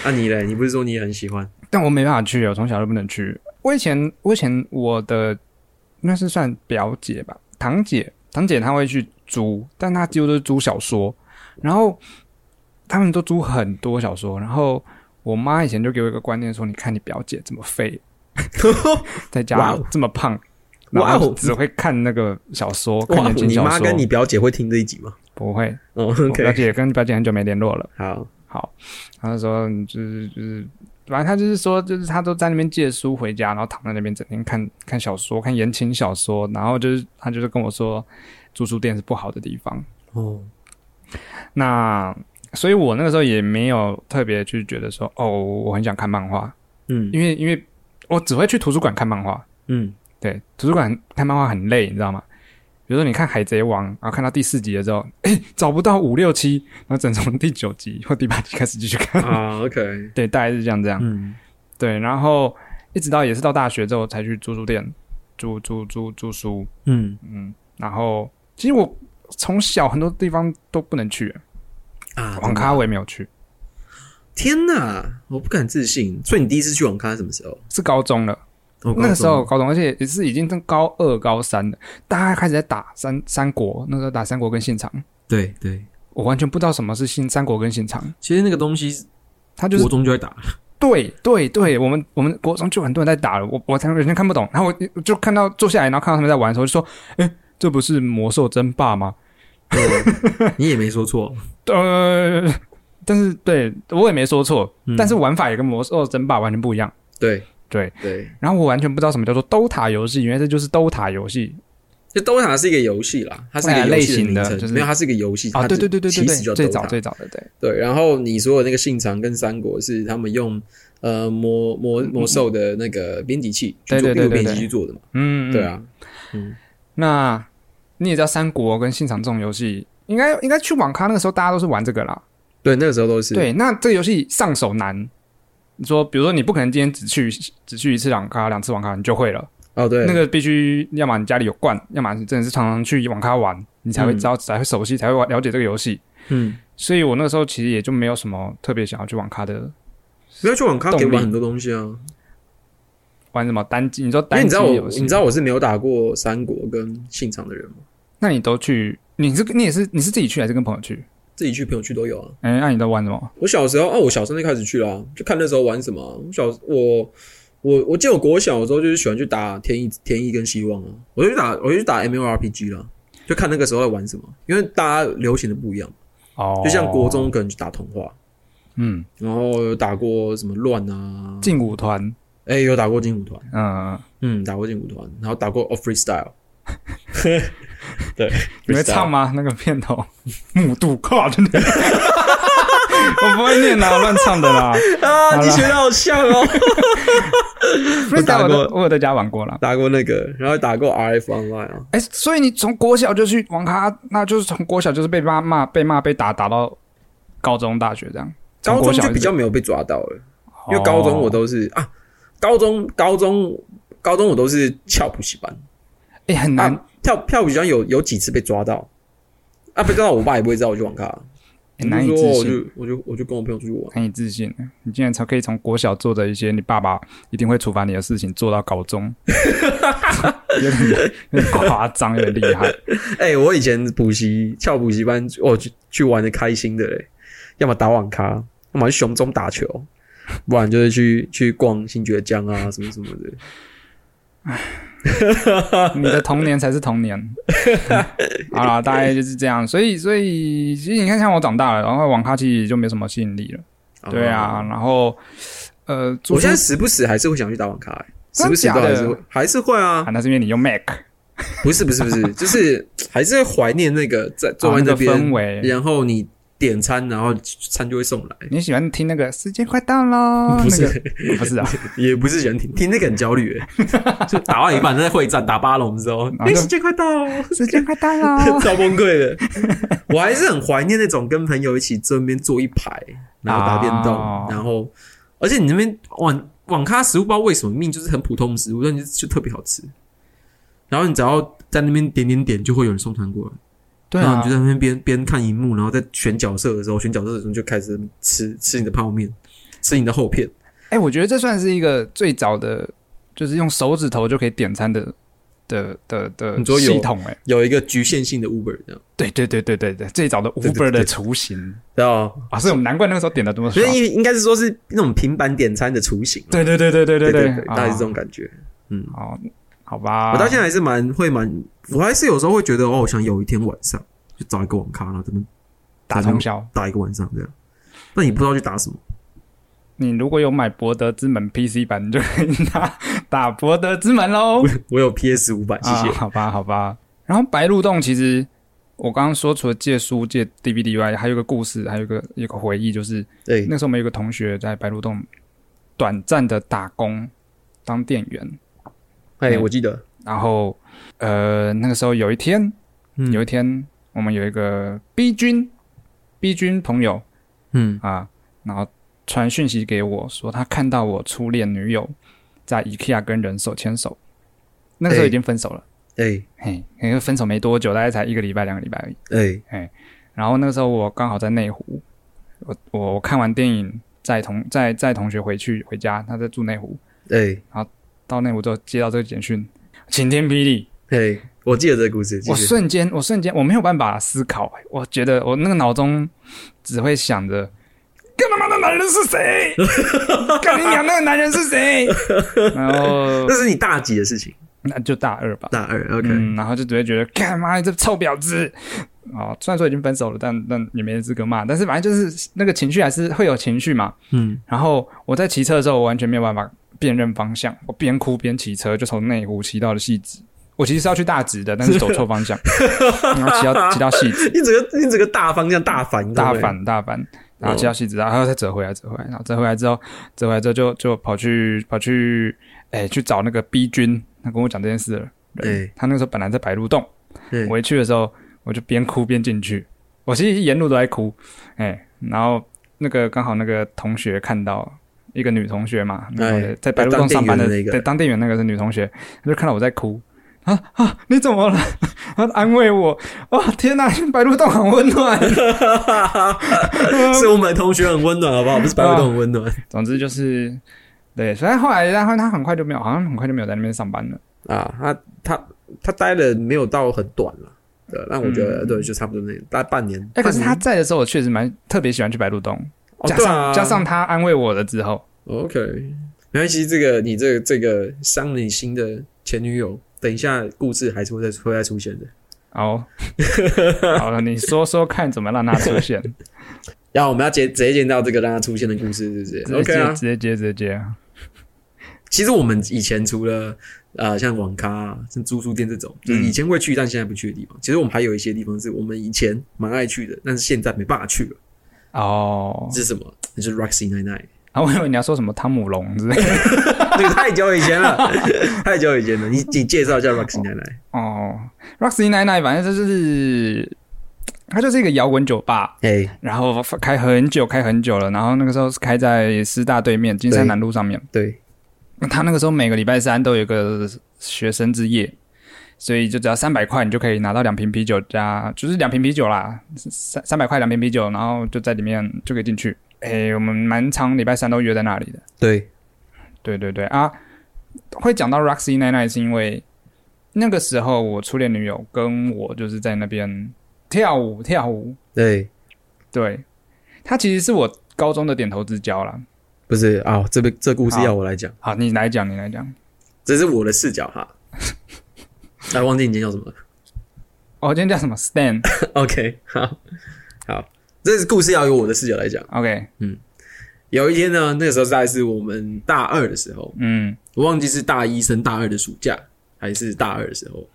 Speaker 2: 那啊你嘞？你不是说你也很喜欢？
Speaker 1: 但我没办法去，哦我从小就不能去。我以前，我以前我的那是算表姐吧，堂姐，堂姐她会去租，但她几乎都是租小说，然后他们都租很多小说。然后我妈以前就给我一个观念说，你看你表姐这么废，在
Speaker 2: 哇
Speaker 1: 家
Speaker 2: 哦
Speaker 1: 这么胖，
Speaker 2: 哇哦
Speaker 1: 然后只会看那个小说， 看
Speaker 2: 哇哦
Speaker 1: 言，情
Speaker 2: 你
Speaker 1: 小
Speaker 2: 妈
Speaker 1: 说。
Speaker 2: 跟你表姐会听这一集吗？
Speaker 1: 不会，
Speaker 2: 哦
Speaker 1: 我表
Speaker 2: ，OK，
Speaker 1: 姐跟表姐很久没联络了。
Speaker 2: 好，
Speaker 1: 好，他就说嗯就是就是，反正他就是说，就是他都在那边借书回家，然后躺在那边整天看看小说，看言情小说，然后就是他就是跟我说，住书店是不好的地方。
Speaker 2: 哦，
Speaker 1: 那所以我那个时候也没有特别去觉得说，哦，我很想看漫画，
Speaker 2: 嗯
Speaker 1: 因为因为我只会去图书馆看漫画，
Speaker 2: 嗯，
Speaker 1: 对，图书馆看漫画很累，你知道吗？比如说你看《海贼王》，然后看到第四集的时候，哎、找不到五六七，然后只能从第九集或第八集开始继续看。
Speaker 2: 啊，OK，
Speaker 1: 对，大概是这样这样。
Speaker 2: 嗯，
Speaker 1: 对，然后一直到也是到大学之后才去租书店租租租租书，
Speaker 2: 嗯，
Speaker 1: 嗯，然后其实我从小很多地方都不能去，
Speaker 2: 啊，
Speaker 1: 网
Speaker 2: 真
Speaker 1: 咖
Speaker 2: 的，
Speaker 1: 我也没有去，
Speaker 2: 天哪，我不敢置信。所以你第一次去网咖是什么时候？
Speaker 1: 是高中了，
Speaker 2: 哦
Speaker 1: 那个时，候
Speaker 2: 高
Speaker 1: 高中，而且也是已经是高二高三了，大家开始在打三三国，那时候打三国跟信长，
Speaker 2: 中对对，
Speaker 1: 我完全不知道什么是新三国跟信长，
Speaker 2: 其实那个东西
Speaker 1: 他就是
Speaker 2: 国中就 在打，
Speaker 1: 对对对，我们我们国中就很多人在打了，我我才人家看不懂，然后我我就看到坐下来，然后看到他们在玩的时候，就说，哎，这不是魔兽争霸吗？
Speaker 2: 嗯你也没说错，
Speaker 1: 呃，但是对我也没说错，
Speaker 2: 嗯
Speaker 1: 但是玩法也跟魔兽争霸完全不一样。
Speaker 2: 对
Speaker 1: 对，
Speaker 2: 对，
Speaker 1: 然后我完全不知道什么叫做 DOTA 游戏，原来这就是 DOTA 游戏
Speaker 2: 就斗塔是一个游戏啦，它是一个游戏名
Speaker 1: 啊类型的
Speaker 2: 称，
Speaker 1: 就是
Speaker 2: 没有，它是一个游戏
Speaker 1: 啊！
Speaker 2: 它
Speaker 1: 对对对对
Speaker 2: 其
Speaker 1: 对
Speaker 2: 实
Speaker 1: 对，
Speaker 2: 叫
Speaker 1: 最
Speaker 2: 斗
Speaker 1: 早
Speaker 2: 塔
Speaker 1: 最早的对，
Speaker 2: 对，然后你说的那个信长跟三国是他们用呃魔魔魔兽的那个编辑器
Speaker 1: 对
Speaker 2: 去做
Speaker 1: 对
Speaker 2: 并
Speaker 1: 对
Speaker 2: 编
Speaker 1: 对
Speaker 2: 辑
Speaker 1: 对
Speaker 2: 去做的嘛？
Speaker 1: 嗯，嗯
Speaker 2: 对。啊，
Speaker 1: 那你也知道三国跟信长这种游戏，应该应该去网咖那个时候大家都是玩这个啦。
Speaker 2: 对，那个时候都是
Speaker 1: 对，那这个游戏上手难。你说，比如说你不可能今天只去只去一次网咖、两次网咖你就会了，
Speaker 2: 哦，对，
Speaker 1: 那个必须要么你家里有惯，要么你真的是常常去网咖玩，你才会知道、才会熟悉，才会玩了解这个游戏。
Speaker 2: 嗯，
Speaker 1: 所以我那个时候其实也就没有什么特别想要去网咖的
Speaker 2: 不要去网咖可以
Speaker 1: 动力
Speaker 2: 玩很多东西啊，
Speaker 1: 玩什么单机，你说
Speaker 2: 因为
Speaker 1: 单
Speaker 2: 你
Speaker 1: 机
Speaker 2: 知道我
Speaker 1: 游戏，
Speaker 2: 你知道我是没有打过三国跟信长的人吗？
Speaker 1: 那你都去，你是你也是你是自己去还是跟朋友去？
Speaker 2: 自己去朋友去都有啊。
Speaker 1: 哎、那、你都玩什么？
Speaker 2: 我小时候哦，我小时候就开始去啦，就看那时候玩什么啊、我小我我我记得我国小的时候就是喜欢去打天意天意跟希望啊，我就去打我就去打 M L R P G 啦，就看那个时候在玩什么，因为大家流行的不一样，
Speaker 1: 哦，
Speaker 2: 就像国，中可能去打童话，
Speaker 1: 嗯，
Speaker 2: 然后有打过什么乱啊，
Speaker 1: 劲舞团，
Speaker 2: 哎、有打过劲舞团，
Speaker 1: 嗯，
Speaker 2: 嗯，打过劲舞团，然后打过 Off Freestyle。对，
Speaker 1: 你会唱
Speaker 2: 吗？
Speaker 1: 吗？那个片头，木度靠，真的，我不会念啦，乱唱的 啦。
Speaker 2: 啊，
Speaker 1: 好
Speaker 2: 你
Speaker 1: 啦
Speaker 2: 学的好像哦， 我打
Speaker 1: freestyle 我
Speaker 2: 过
Speaker 1: 都我有在家玩过啦。
Speaker 2: 打过那个，然后打过 RF Online 啊，
Speaker 1: 哎、所以你从国小就去网咖，那就是从国小就是被妈骂、被骂、被打，打到高中、大学这样。从
Speaker 2: 高
Speaker 1: 国
Speaker 2: 中
Speaker 1: 小哦
Speaker 2: 就比较
Speaker 1: 一直，
Speaker 2: 没有被抓到了，因为高中我都是啊，高中高中高中我都是翘补习班，
Speaker 1: 哎、很难。
Speaker 2: 啊，跳跳舞好像有有几次被抓到，啊，被抓到我爸也不会知道我去网咖，
Speaker 1: 很哎难以
Speaker 2: 我
Speaker 1: 置
Speaker 2: 就说我
Speaker 1: 信，
Speaker 2: 就我就我就跟我朋友出去玩，
Speaker 1: 难以置信。你竟然才可以从国小做的一些你爸爸一定会处罚你的事情，做到高 中，有点有点夸张，有点厉 害。
Speaker 2: 哎、我以前补习翘补习班，我去去玩的开心的嘞，要么打网咖，要么去熊中打球，不然就是去去逛新爵江啊什么什么的。
Speaker 1: 你的童年才是童 年。好啦，大概就是这样。所以，所以其实你看，像我长大了，然后网咖其实就没什么吸引力了。对啊，，然后呃，
Speaker 2: 哦我
Speaker 1: 觉
Speaker 2: 现
Speaker 1: 得
Speaker 2: 在时不时还是会想去打网咖、欸，时不时
Speaker 1: 真
Speaker 2: 都
Speaker 1: 假
Speaker 2: 还
Speaker 1: 的
Speaker 2: 是会还是会啊
Speaker 1: 啊，，那是因为你用 Mac
Speaker 2: 不是不是不是，就是还是会怀念那个在坐在
Speaker 1: 啊那个
Speaker 2: 那边，
Speaker 1: 氛围。
Speaker 2: 然后你点餐，然后餐就会送来，
Speaker 1: 你喜欢听那个时间快到喽？
Speaker 2: 不是、
Speaker 1: 那个不是啊，
Speaker 2: 也不是喜欢听听那个很焦虑、欸， 就打完一半在会战打八龙之后，
Speaker 1: 后
Speaker 2: 哎、
Speaker 1: 就
Speaker 2: 时间快到了。
Speaker 1: 时间快到 喽。
Speaker 2: 超崩溃的。 我还是很怀念那种跟朋友一起这边坐一排，然后打电动，
Speaker 1: 哦
Speaker 2: 然后而且你那边网网咖食物不知道为什么命就是很普通的食物，但就就特别好吃。然后你只要在那边点点点，就会有人送餐过来。
Speaker 1: 对
Speaker 2: 然
Speaker 1: 啊
Speaker 2: 后你就，在那边边边看荧幕，然后在选角色的时候，选角色的时候你就开始吃吃你的泡面，吃你的厚片。
Speaker 1: 哎，我觉得这算是一个最早的，就是用手指头就可以点餐的的的的
Speaker 2: 你说有
Speaker 1: 系统。哎，
Speaker 2: 有一个局限性的 Uber 这样，
Speaker 1: 对对对对对对，最早的
Speaker 2: 对对
Speaker 1: Uber 的雏形
Speaker 2: 知道吗？
Speaker 1: 啊，所以我们难怪那个时候点的这么
Speaker 2: 所
Speaker 1: 爽。
Speaker 2: 以应应该是说是那种平板点餐的雏形。
Speaker 1: 对对对对对
Speaker 2: 对
Speaker 1: 对啊
Speaker 2: 对，大概是这种感觉。
Speaker 1: 哦，好吧，
Speaker 2: 我到现在还是蛮会蛮，我还是有时候会觉得哦，我想有一天晚上就找一个网咖，然后这边
Speaker 1: 打通宵。
Speaker 2: 打一个晚上这样。那你不知道去打什么？
Speaker 1: 你如果有买《博德之门》PC 版，你就可以打打《博德之门》喽。
Speaker 2: 我有 PS 五版，谢谢
Speaker 1: 啊。好吧，好吧。然后白鹿洞其实我刚刚说，除了借书、借 DVD 以外，还有一个故事，还有一个一个回忆，就是
Speaker 2: 对，
Speaker 1: 那时候我们有一个同学在白鹿洞短暂的打工当店员，
Speaker 2: 哎，
Speaker 1: 嗯
Speaker 2: 我记得，
Speaker 1: 然后呃，那个时候有一天，
Speaker 2: 嗯
Speaker 1: 有一天我们有一个 B 君，B 君朋友，
Speaker 2: 嗯，
Speaker 1: 啊，然后传讯息给我说他看到我初恋女友在 IKEA 跟人手牵手，那个时候
Speaker 2: 哎
Speaker 1: 已经分手了，
Speaker 2: 哎
Speaker 1: 嘿，因为分手没多久，大概才一个礼拜、两个礼拜而已。
Speaker 2: 哎，
Speaker 1: 然后那个时候我刚好在内湖，我我我看完电影，载同载载同学回去回家，他在住内湖，
Speaker 2: 哎
Speaker 1: 到内湖之后接到这个简讯，晴天霹雳，
Speaker 2: 哎，我记得这个故事，继
Speaker 1: 我
Speaker 2: 续。
Speaker 1: 瞬间我瞬间我没有办法思考，我觉得我那个脑中只会想着。干他妈的男人是谁？干你娘那个男人是谁？然后
Speaker 2: 那是你大几的事情？
Speaker 1: 那就大二吧，
Speaker 2: 大二，OK，
Speaker 1: 嗯，然后就只会觉得干妈的这臭婊子哦，虽然说已经分手了，但但也没资格骂，但是反正就是那个情绪还是会有情绪嘛。
Speaker 2: 嗯，
Speaker 1: 然后我在骑车的时候，我完全没有办法辨认方向，我边哭边骑车，就从内湖骑到了戏子。我其实是要去大直的，但是 走错方向，然后骑到骑到戏子，
Speaker 2: 你整个你整个大方向大反
Speaker 1: 大，
Speaker 2: 对不对哦
Speaker 1: 反大反，然后骑到戏子，然后再折回来，折回来，然后折回来之后，折回来之后就就跑去跑去，哎、去找那个 B 君，他跟我讲这件事了。人
Speaker 2: 哎
Speaker 1: 他那个时候本来在白鹿洞，
Speaker 2: 对
Speaker 1: 我一去的时候，我就边哭边进去，我其实沿路都在哭，哎、然后那个刚好那个同学看到一个女同学嘛，那个在白鹿洞上班的
Speaker 2: 哎当店员的那个
Speaker 1: 对，当店员那个是女同学，她就看到我在哭。啊啊！你怎么了？ 她安慰我。哦，天哪，白鹿洞很温暖。
Speaker 2: 是我们同学很温暖，好不好？不是白鹿洞很温暖
Speaker 1: 总之就是，对，所以后来，然后他很快就没有，好像很快就没有在那边上班了。
Speaker 2: 啊。他他他待了没有到很短了，对，但我觉得
Speaker 1: 嗯
Speaker 2: 对，就差不多那大概半年。
Speaker 1: 哎、可是
Speaker 2: 半年
Speaker 1: 他在的时候，我确实蛮特别喜欢去白鹿洞，
Speaker 2: 嗯哦
Speaker 1: 加
Speaker 2: 对
Speaker 1: 上、
Speaker 2: 啊
Speaker 1: 加上他安慰我了之后，
Speaker 2: OK，没关系，这个你这个这个伤了你心的前女友，等一下故事还是会再会再出现的。
Speaker 1: 哦， 好了，你说说看怎么让他出现？
Speaker 2: 然后我们要接直接见到这个让他出现的故事，是不
Speaker 1: 直
Speaker 2: 是
Speaker 1: 接
Speaker 2: ？OK
Speaker 1: 接、
Speaker 2: 啊
Speaker 1: 直。接接直接接，
Speaker 2: 其实我们以前除了呃像网咖、啊、像租书店这种，就是以前会去但现在不去的地方，其实我们还有一些地方是我们以前蛮爱去的，但是现在没办法去了。
Speaker 1: 哦，
Speaker 2: 这是什么？那就是 Roxy Nine Nine，
Speaker 1: 啊，我以为你要说什么汤姆龙 之类的。
Speaker 2: 那个太久以前 了，太久以前了。你你介绍一下 Roxy Nine Nine，
Speaker 1: 哦，Roxy Nine Nine，反正就是，它就是一个摇滚酒吧，
Speaker 2: 哎，
Speaker 1: 然后开很久，开很久了。然后那个时候是开在师大对面金山南路上面。
Speaker 2: 对，
Speaker 1: 他那个时候每个礼拜三都有一个学生之夜，所以就只要三百块，你就可以拿到两瓶啤酒加，就是两瓶啤酒啦，三三百块两瓶啤酒，然后就在里面就可以进去。诶、我们蛮常礼拜三都约在那里的。
Speaker 2: 对，
Speaker 1: 对对对啊，会讲到 Roxy Nine Nine 是因为那个时候我初恋女友跟我就是在那边跳舞跳舞，
Speaker 2: 对，
Speaker 1: 对，她其实是我高中的点头之交啦。
Speaker 2: 不是啊，这边这故事
Speaker 1: 好
Speaker 2: 要我来讲，
Speaker 1: 好，你来讲，你来讲。
Speaker 2: 这是我的视角哈。哎，忘记你今天叫什么 了。
Speaker 1: 哦，今天叫什么？Stan。
Speaker 2: OK，好，好，这是故事要由我的视角来讲。
Speaker 1: OK，
Speaker 2: 有一天呢，那个时候大概是我们大二的时候，
Speaker 1: 嗯，
Speaker 2: 我忘记是大一升大二的暑假，还是大二的时候。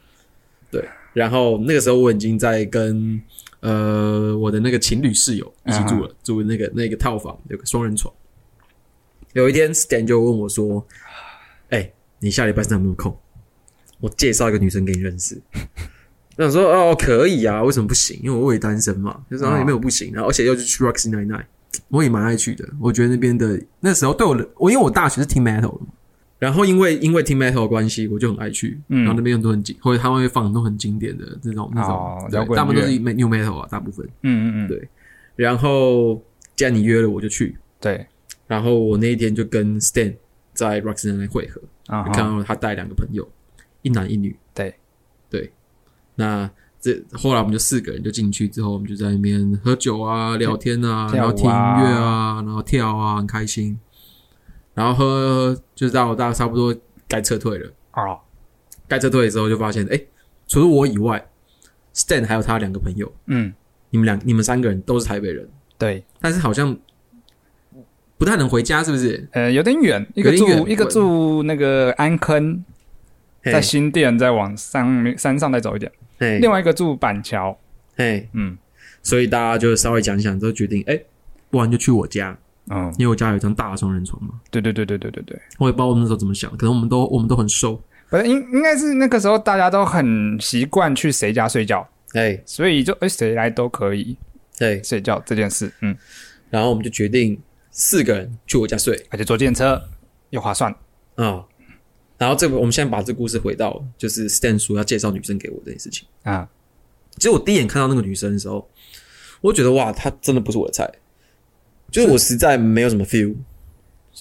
Speaker 2: 对，然后那个时候我已经在跟呃我的那个情侣室友一起住了，住那个那个套房，有个双人床。有一天，Stan 就问我说：“哎、你下礼拜三有没有空？我介绍一个女生给你认识。”我想说：“哦，可以啊，为什么不行？因为我也单身嘛。”就说：“啊
Speaker 1: 嗯
Speaker 2: 也没有不行。”然后而且又是去 Roxy Nine Nine，我也蛮爱去的。我觉得那边的那时候对我的我，因为我大学是听 metal 的嘛，然后因为因为听 metal 的关系，我就很爱去。
Speaker 1: 嗯
Speaker 2: 然后那边都很经，或者他们会放很多很经典的这种那种，
Speaker 1: 哦摇
Speaker 2: 对，
Speaker 1: 滚
Speaker 2: 大部分都
Speaker 1: 乐
Speaker 2: 是 new metal 啊，大部分。
Speaker 1: 嗯嗯嗯，
Speaker 2: 对然后既然你约了，我就去。
Speaker 1: 对，
Speaker 2: 然后我那一天就跟 Stan 在 Roxy 那边会合，
Speaker 1: 啊
Speaker 2: 看
Speaker 1: 哈，
Speaker 2: 到他带两个朋友，一男一女。
Speaker 1: 对
Speaker 2: 对，那这后来我们就四个人就进去之后，我们就在那边喝酒啊、聊天啊，
Speaker 1: 跳舞啊
Speaker 2: 然后听音乐啊，然后跳啊，很开心。然后喝喝，就到大家差不多该撤退了。
Speaker 1: 哦，
Speaker 2: 该撤退的时候就发现，哎，除了我以外，Stan 还有他两个朋友，
Speaker 1: 嗯，
Speaker 2: 你们两你们三个人都是台北人，
Speaker 1: 对，
Speaker 2: 但是好像不太能回家，是不是？
Speaker 1: 呃，有点远，一
Speaker 2: 有
Speaker 1: 个
Speaker 2: 点
Speaker 1: 住
Speaker 2: 远
Speaker 1: 一个
Speaker 2: 我
Speaker 1: 住那个安坑，在新店，再往上山上再走一点，
Speaker 2: 嘿
Speaker 1: 另外一个住板桥，
Speaker 2: 嘿，
Speaker 1: 嗯
Speaker 2: 所以大家就稍微讲想之后决定，哎、不然就去我家，
Speaker 1: 嗯，
Speaker 2: 因为我家有一张大的双人床嘛。
Speaker 1: 对对对对对对对，
Speaker 2: 我也不知道我们那时候怎么想，可能我们都我们都很瘦，
Speaker 1: 不是应应该是那个时候大家都很习惯去谁家睡觉，
Speaker 2: 哎
Speaker 1: 所以就哎谁来都可以
Speaker 2: 对，
Speaker 1: 睡觉这件事，嗯，
Speaker 2: 然后我们就决定四个人去我家睡
Speaker 1: 而且坐电车又划算，
Speaker 2: 啊、然后这个我们现在把这个故事回到就是 Stan 说要介绍女生给我这件事情。
Speaker 1: 啊，
Speaker 2: 其实我第一眼看到那个女生的时候，我觉得哇，她真的不是我的菜，就是我实在没有什么 feel。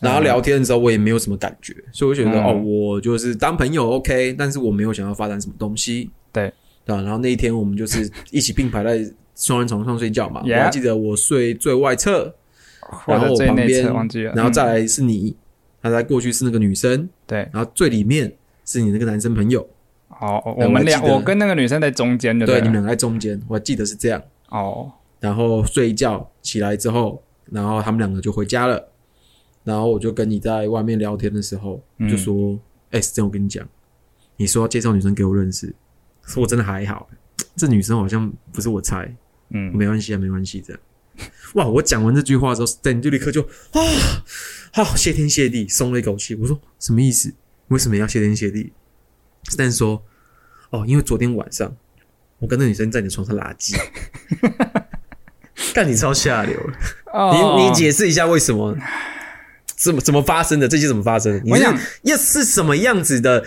Speaker 2: 然后聊天的时候，我也没有什么感觉，所以我就觉得、
Speaker 1: 嗯
Speaker 2: 哦，我就是当朋友 OK，但是我没有想要发展什么东西。
Speaker 1: 对，
Speaker 2: 对、啊。然后那一天我们就是一起并排在双人床上睡觉嘛。
Speaker 1: Yeah
Speaker 2: 我还记得我睡最外侧，
Speaker 1: 或
Speaker 2: 然后
Speaker 1: 者
Speaker 2: 我
Speaker 1: 最
Speaker 2: 旁
Speaker 1: 内侧
Speaker 2: 边
Speaker 1: 忘记了，，
Speaker 2: 然后再
Speaker 1: 嗯
Speaker 2: 来是你，然后再过去是那个女生，
Speaker 1: 对，
Speaker 2: 然后最里面是你那个男生朋友，
Speaker 1: 好，
Speaker 2: 对
Speaker 1: 我
Speaker 2: 我
Speaker 1: 们
Speaker 2: 还记
Speaker 1: 俩
Speaker 2: 得
Speaker 1: 我跟那个女生在中间的，
Speaker 2: 对，你
Speaker 1: 了
Speaker 2: 们两个在中间，我还记得是这样。
Speaker 1: 哦，
Speaker 2: 然后睡一觉起来之后，然后他们两个就回家了。然后我就跟你在外面聊天的时候，
Speaker 1: 嗯
Speaker 2: 就说：“哎、这样我跟你讲，你说要介绍女生给我认识，说我真的还好，这女生好像不是我菜，
Speaker 1: 嗯，
Speaker 2: 没关系啊，没关系。”这样，哇！我讲完这句话之后，Stan 就立刻就啊，好、谢天谢地，松了一口气。我说：“什么意思？为什么要谢天谢地？”Stan 说：“哦，因为昨天晚上我跟那女生在你的床上拉 鸡，干你超下流。”
Speaker 1: 哦
Speaker 2: 你你解释一下为什么？怎么怎么发生的？这些怎么发生的？你
Speaker 1: 我
Speaker 2: 是
Speaker 1: 想
Speaker 2: 要是什么样子的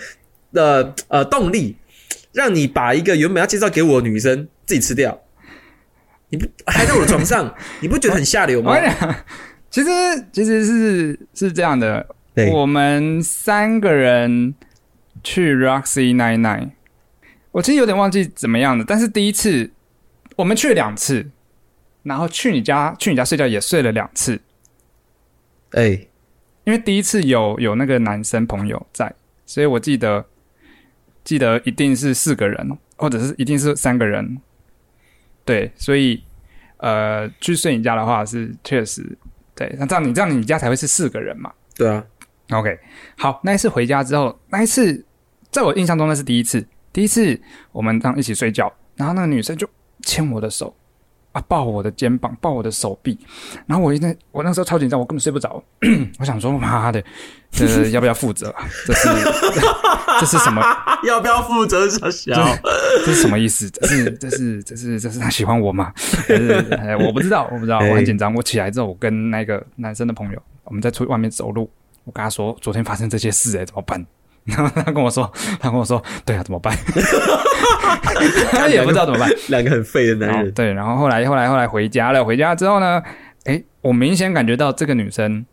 Speaker 2: 的呃动力，让你把一个原本要介绍给我的女生自己吃掉？你不还在我的床 上，你不觉得很下流吗
Speaker 1: 我？讲，其实其实是是这样的，
Speaker 2: 对
Speaker 1: 我们三个人去 Roxy Nine Nine，我其实有点忘记怎么样的，但是第一次我们去了两次，然后去你家去你家睡觉也睡了两次，
Speaker 2: 哎、
Speaker 1: 因为第一次有有那个男生朋友在，所以我记得记得一定是四个人，或者是一定是三个人，对，所以呃，去睡你家的话是确实对，那这样你这样你家才会是四个人嘛。
Speaker 2: 对啊，
Speaker 1: OK，好，那一次回家之后，那一次在我印象中那是第一次，第一次我们这样一起睡觉，然后那个女生就牵我的手，啊抱我的肩膀，抱我的手臂，然后我一在我那时候超紧张，我根本睡不着， 我想说妈的，这要不要负责啊？这是 这是什么？
Speaker 4: 要不要负责小小？
Speaker 1: 这是什么意思？这是这是这是这是他喜欢我吗？还是哎我不知道，我不知道，我很紧张。我起来之后，我跟那个男生的朋友，我们在出去外面走路，我跟他说昨天发生这些事、欸，哎，怎么办？ 然后他跟我说，他跟我说，对啊，怎么办？ 他也不知道怎么办。
Speaker 2: 两个很废的男
Speaker 1: 然后
Speaker 2: 人，
Speaker 1: 哦对，然后后来后来后来回家了，回家之后呢，诶，我明显感觉到这个女生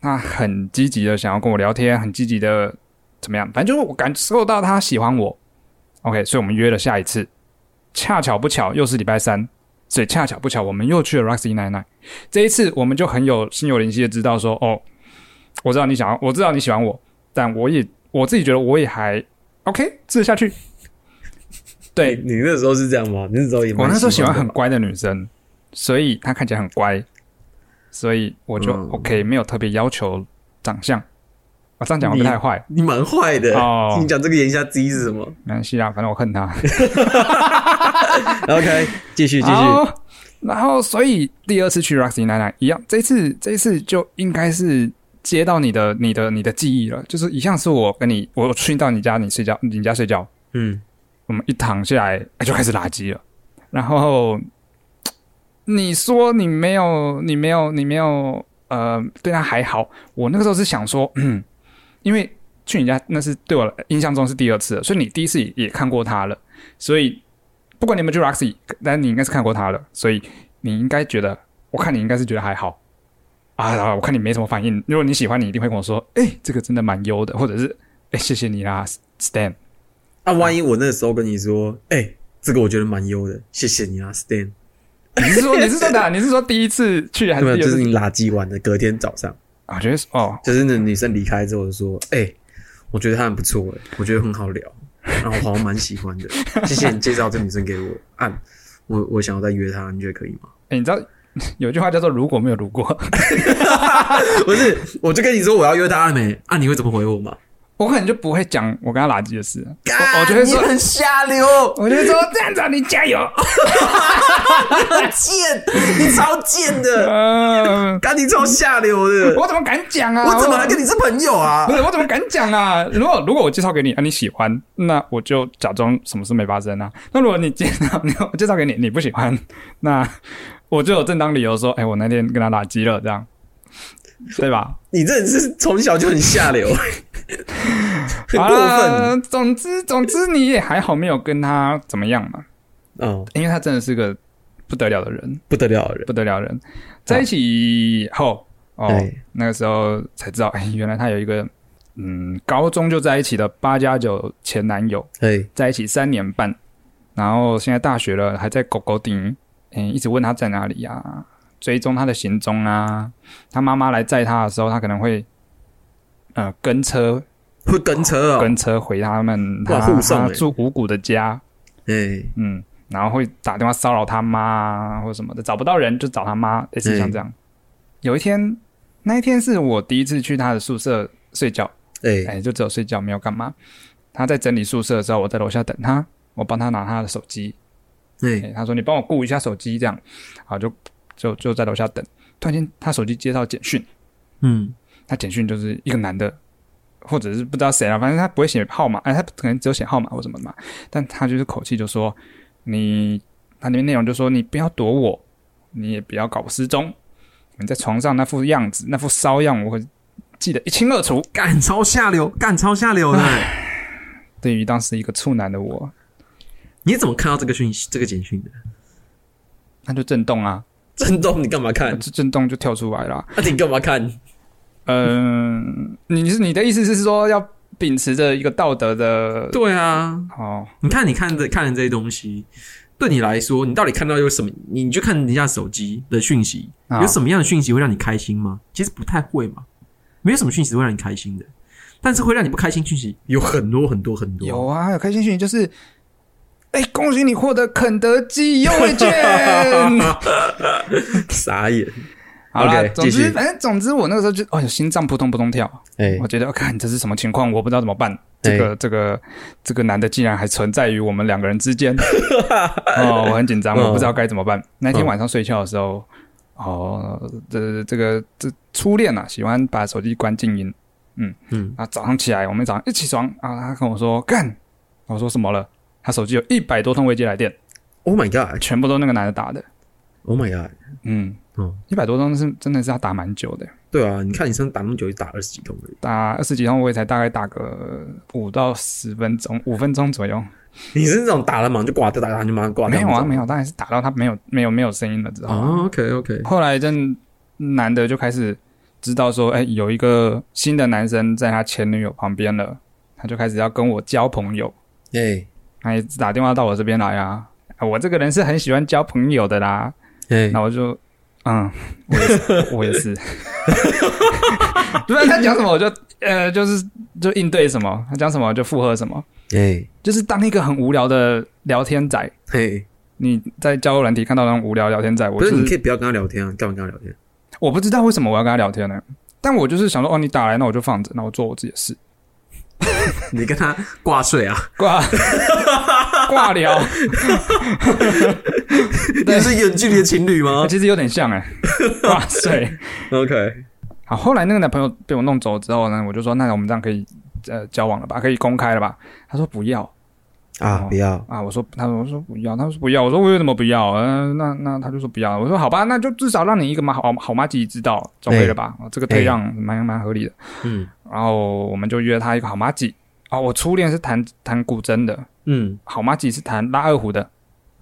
Speaker 1: 她很积极的想要跟我聊天，很积极的怎么样，反正就是我感受到她喜欢我。OK，所以我们约了下一次，恰巧不巧又是礼拜三，所以恰巧不巧我们又去了 Roxy Nine Nine。这一次我们就很有心有灵犀的知道说，哦，我知道你想要，我知道你喜欢我，但我也我自己觉得我也还 OK，吃得下去。 对，
Speaker 2: 你你那时候是这样吗？你那时候也蛮
Speaker 1: 我那时候喜欢
Speaker 2: 的
Speaker 1: 很
Speaker 2: 吧
Speaker 1: 乖的女生，所以她看起来很乖，所以我就
Speaker 2: 嗯
Speaker 1: OK，、没有特别要求长相。我、这样讲我不太坏，
Speaker 2: 你蛮坏的
Speaker 1: 哦
Speaker 2: 你讲这个言下之意是什么
Speaker 1: 没关系啊，反正我恨她。
Speaker 2: ？OK，继续继续。
Speaker 1: 好，然后所以第二次去 Roxy 奶奶一样，这一次这一次就应该是接到你的你的你的记忆了，就是一向是我跟你我去到你家你睡觉你家睡觉，
Speaker 2: 嗯，
Speaker 1: 我们一躺下来哎就开始垃圾了。然后你说你没有，你没有，你没有，呃，对他还好。我那个时候是想说，嗯，因为去你家那是对我印象中是第二次了，所以你第一次也也看过他了，所以不管你有没有去 Roxy，但你应该是看过他了，所以你应该觉得，我看你应该是觉得还好。啊，我看你没什么反应。如果你喜欢，你一定会跟我说：“哎、这个真的蛮优的，或者是哎、谢谢你啦，Stan。”
Speaker 2: 啊，万一我那时候跟你说，哎、这个我觉得蛮优的，谢谢你啊，Stan。
Speaker 1: 你是 说你是说哪？你是说第一次去还
Speaker 2: 对
Speaker 1: 是
Speaker 2: 啊，
Speaker 1: 第
Speaker 2: 就
Speaker 1: 二
Speaker 2: 是
Speaker 1: 次？
Speaker 2: 你垃圾完的隔天早上，
Speaker 1: 啊我觉得是哦，
Speaker 2: 就是那女生离开之后就说，哎、我觉得她很不错，哎，我觉得很 好聊，然后我好像蛮喜欢的，谢谢你介绍这女生给我，按我我想要再约她，你觉得可以 吗？
Speaker 1: 哎，你知道有句话叫做“如果没有如果
Speaker 2: 不是，我就跟你说我要约她了没？啊，你会怎么回我吗？”，
Speaker 1: 我可能就不会讲我跟他垃圾的事，我我就会说，
Speaker 2: 很下流，
Speaker 1: 我就会说这样子啊，你加 油。
Speaker 2: 很贱，你超贱的，
Speaker 1: 嗯，
Speaker 2: 干你超下流的，
Speaker 1: 我怎么敢讲啊？
Speaker 2: 我怎么还跟你是朋友啊
Speaker 1: 不？是我怎么敢讲啊？如果如果我介绍给你啊，你喜欢，那我就假装什么事没发生啊。那如果你介绍 你我介绍给你，你不喜欢，那我就有正当理由说，哎，我那天跟他垃圾了，这样，对吧？
Speaker 2: 你这人是从小就很下流， 很过分。
Speaker 1: 啊。总之，总之你也还好，没有跟他怎么样嘛，
Speaker 2: 嗯，
Speaker 1: 因为他真的是个不得了的人，
Speaker 2: 不得了的人。
Speaker 1: 不得了的人。在一起后，哦
Speaker 2: 对，
Speaker 1: 那个时候才知道，哎，原来他有一个嗯，高中就在一起的八加九前男友，
Speaker 2: 嘿，
Speaker 1: 在一起三年半，然后现在大学了，还在狗狗顶，嗯，一直问他在哪里啊，追踪他的行踪啊。他妈妈来载他的时候，他可能会呃跟车
Speaker 2: 会跟车哦。
Speaker 1: 跟车回他们
Speaker 2: 哇
Speaker 1: 他
Speaker 2: 护送
Speaker 1: 他
Speaker 2: 欸
Speaker 1: 住五谷的家，
Speaker 2: 哎，
Speaker 1: 嗯，然后会打电话骚扰他妈啊或者什么的，找不到人就找他妈，类似像这样。有一天，那一天是我第一次去他的宿舍睡觉，
Speaker 2: 哎，
Speaker 1: 哎，就只有睡觉没有干嘛。他在整理宿舍的时候，我在楼下等他，我帮他拿他的手机，
Speaker 2: 哎，
Speaker 1: 哎，他说你帮我顾一下手机这样，好就就就在楼下等。突然间，他手机接到简讯，
Speaker 2: 嗯，
Speaker 1: 他简讯就是一个男的，或者是不知道谁啊，反正他不会写号码，哎，他可能只有写号码或什么的嘛，但他就是口气就说你，他里面内容就说你不要躲我，你也不要搞我失踪，你在床上那副样子，那副骚样，我会记得一清二楚。
Speaker 2: 干超下流，干超下流的。
Speaker 1: 对于当时一个处男的我，
Speaker 2: 你怎么看到这个讯息、这个简讯的？
Speaker 1: 他就震动啊，
Speaker 2: 震动，你干嘛 看？
Speaker 1: 就震动就跳出来了。
Speaker 2: 啊，你干嘛看？
Speaker 1: 嗯，你是你的意思是说要秉持着一个道德的
Speaker 2: 对啊，
Speaker 1: 哦，
Speaker 2: 你看，你看这看的这些东西，对你来说，你到底看到有什么？你就看人家手机的讯息，
Speaker 1: 啊
Speaker 2: 有什么样的讯息会让你开心吗？其实不太会嘛，没有什么讯息会让你开心的。但是会让你不开心讯息有很多很多很多，
Speaker 1: 有啊，有开心讯息就是，哎、恭喜 你获得肯德基优惠券
Speaker 2: 傻眼。
Speaker 1: 好啦
Speaker 2: OK，
Speaker 1: 总
Speaker 2: 继续
Speaker 1: 之反正总之我那个时候就哦，心脏扑通扑通跳，
Speaker 2: 哎
Speaker 1: 我觉得，看这是什么情况，我不知道怎么办。这个这个这个男的竟然还存在于我们两个人之 间，哦，我很紧张，
Speaker 2: 嗯
Speaker 1: 我不知道该怎么办。那天
Speaker 2: 嗯
Speaker 1: 晚上睡觉的时候，哦，这这个这初恋啊，喜欢把手机关静音，嗯
Speaker 2: 嗯，
Speaker 1: 啊，早上起来我们早上一起床啊，他跟我说干，我说什么了？他手机有一百多通未接来电，
Speaker 2: ，Oh my God，Oh
Speaker 1: 全部都那个男的打的，
Speaker 2: my God，
Speaker 1: 嗯
Speaker 2: 嗯，
Speaker 1: 一百多通是真的是要打蛮久的，
Speaker 2: 对啊，你看你上次打那么久，就打二十几通而已，
Speaker 1: 打二十几通我也才大概打个五到十分钟，五分钟左右。
Speaker 2: 你是那种打了忙就挂掉，打了忙就马上挂
Speaker 1: 没
Speaker 2: 掉，
Speaker 1: 有啊，没有，当然是打到他没有没有没有声音了之后，
Speaker 2: 啊，OK OK，
Speaker 1: 后来这男的就开始知道说，哎、有一个新的男生在他前女友旁边了，他就开始要跟我交朋友，
Speaker 2: 哎
Speaker 1: 他也打电话到我这边来啊，啊我这个人是很喜欢交朋友的啦，
Speaker 2: 哎
Speaker 1: 那我就，嗯，我也是，我也是， 不然他讲什么我就呃就是就应对什么，他讲什么我就附和什么，
Speaker 2: 哎
Speaker 1: 就是当一个很无聊的聊天仔。
Speaker 2: 嘿，
Speaker 1: 你在交友软体看到那种无聊聊天仔，我
Speaker 2: 不，
Speaker 1: 就是是
Speaker 2: 你可以不要跟他聊天啊，干嘛跟他聊 天？
Speaker 1: 我不知道为什么我要跟他聊天呢，但我就是想说，哦，你打来，那我就放着，那我做我自己的事，
Speaker 2: 你跟他挂睡啊，
Speaker 1: 挂挂聊，
Speaker 2: 你们是远距离的情 侣吗
Speaker 1: 其实有点像哎，挂水。
Speaker 2: ？OK，
Speaker 1: 好，后来那个男朋友被我弄走之后呢，我就说，那我们这样可以呃交往了吧，可以公开了吧？他说不要
Speaker 2: 啊，不要，
Speaker 1: 啊，我说他说我说不要，他说不要，我说我为什么不要？嗯、那那他就说不要，我说好吧，那就至少让你一个嘛好好妈自己知道，总可以了吧？哦这个退让蛮蛮合理的。
Speaker 2: 嗯
Speaker 1: 然后我们就约他一个好妈吉。哦，我初恋是弹弹古筝的，
Speaker 2: 嗯，
Speaker 1: 好妈吉是弹拉二胡的，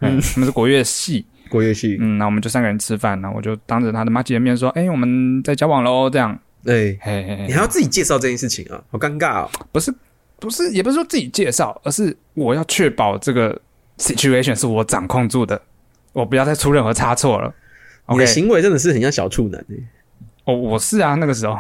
Speaker 2: 嗯
Speaker 1: 嗯，他们是国乐系，
Speaker 2: 国乐系，
Speaker 1: 嗯，那我们就三个人吃饭，然后我就当着他的妈吉的面说，哎、我们在交往喽，这样，
Speaker 2: 哎，
Speaker 1: 嘿嘿
Speaker 2: 你
Speaker 1: 嘿，
Speaker 2: 还要自己介绍这件事情啊，好尴尬哦。
Speaker 1: 不是不是，也不是说自己介绍，而是我要确保这个 situation 是我掌控住的，我不要再出任何差错了。
Speaker 2: 你
Speaker 1: OK，
Speaker 2: 的行为真的是很像小处男欸
Speaker 1: 哦，我是啊，那个 时候，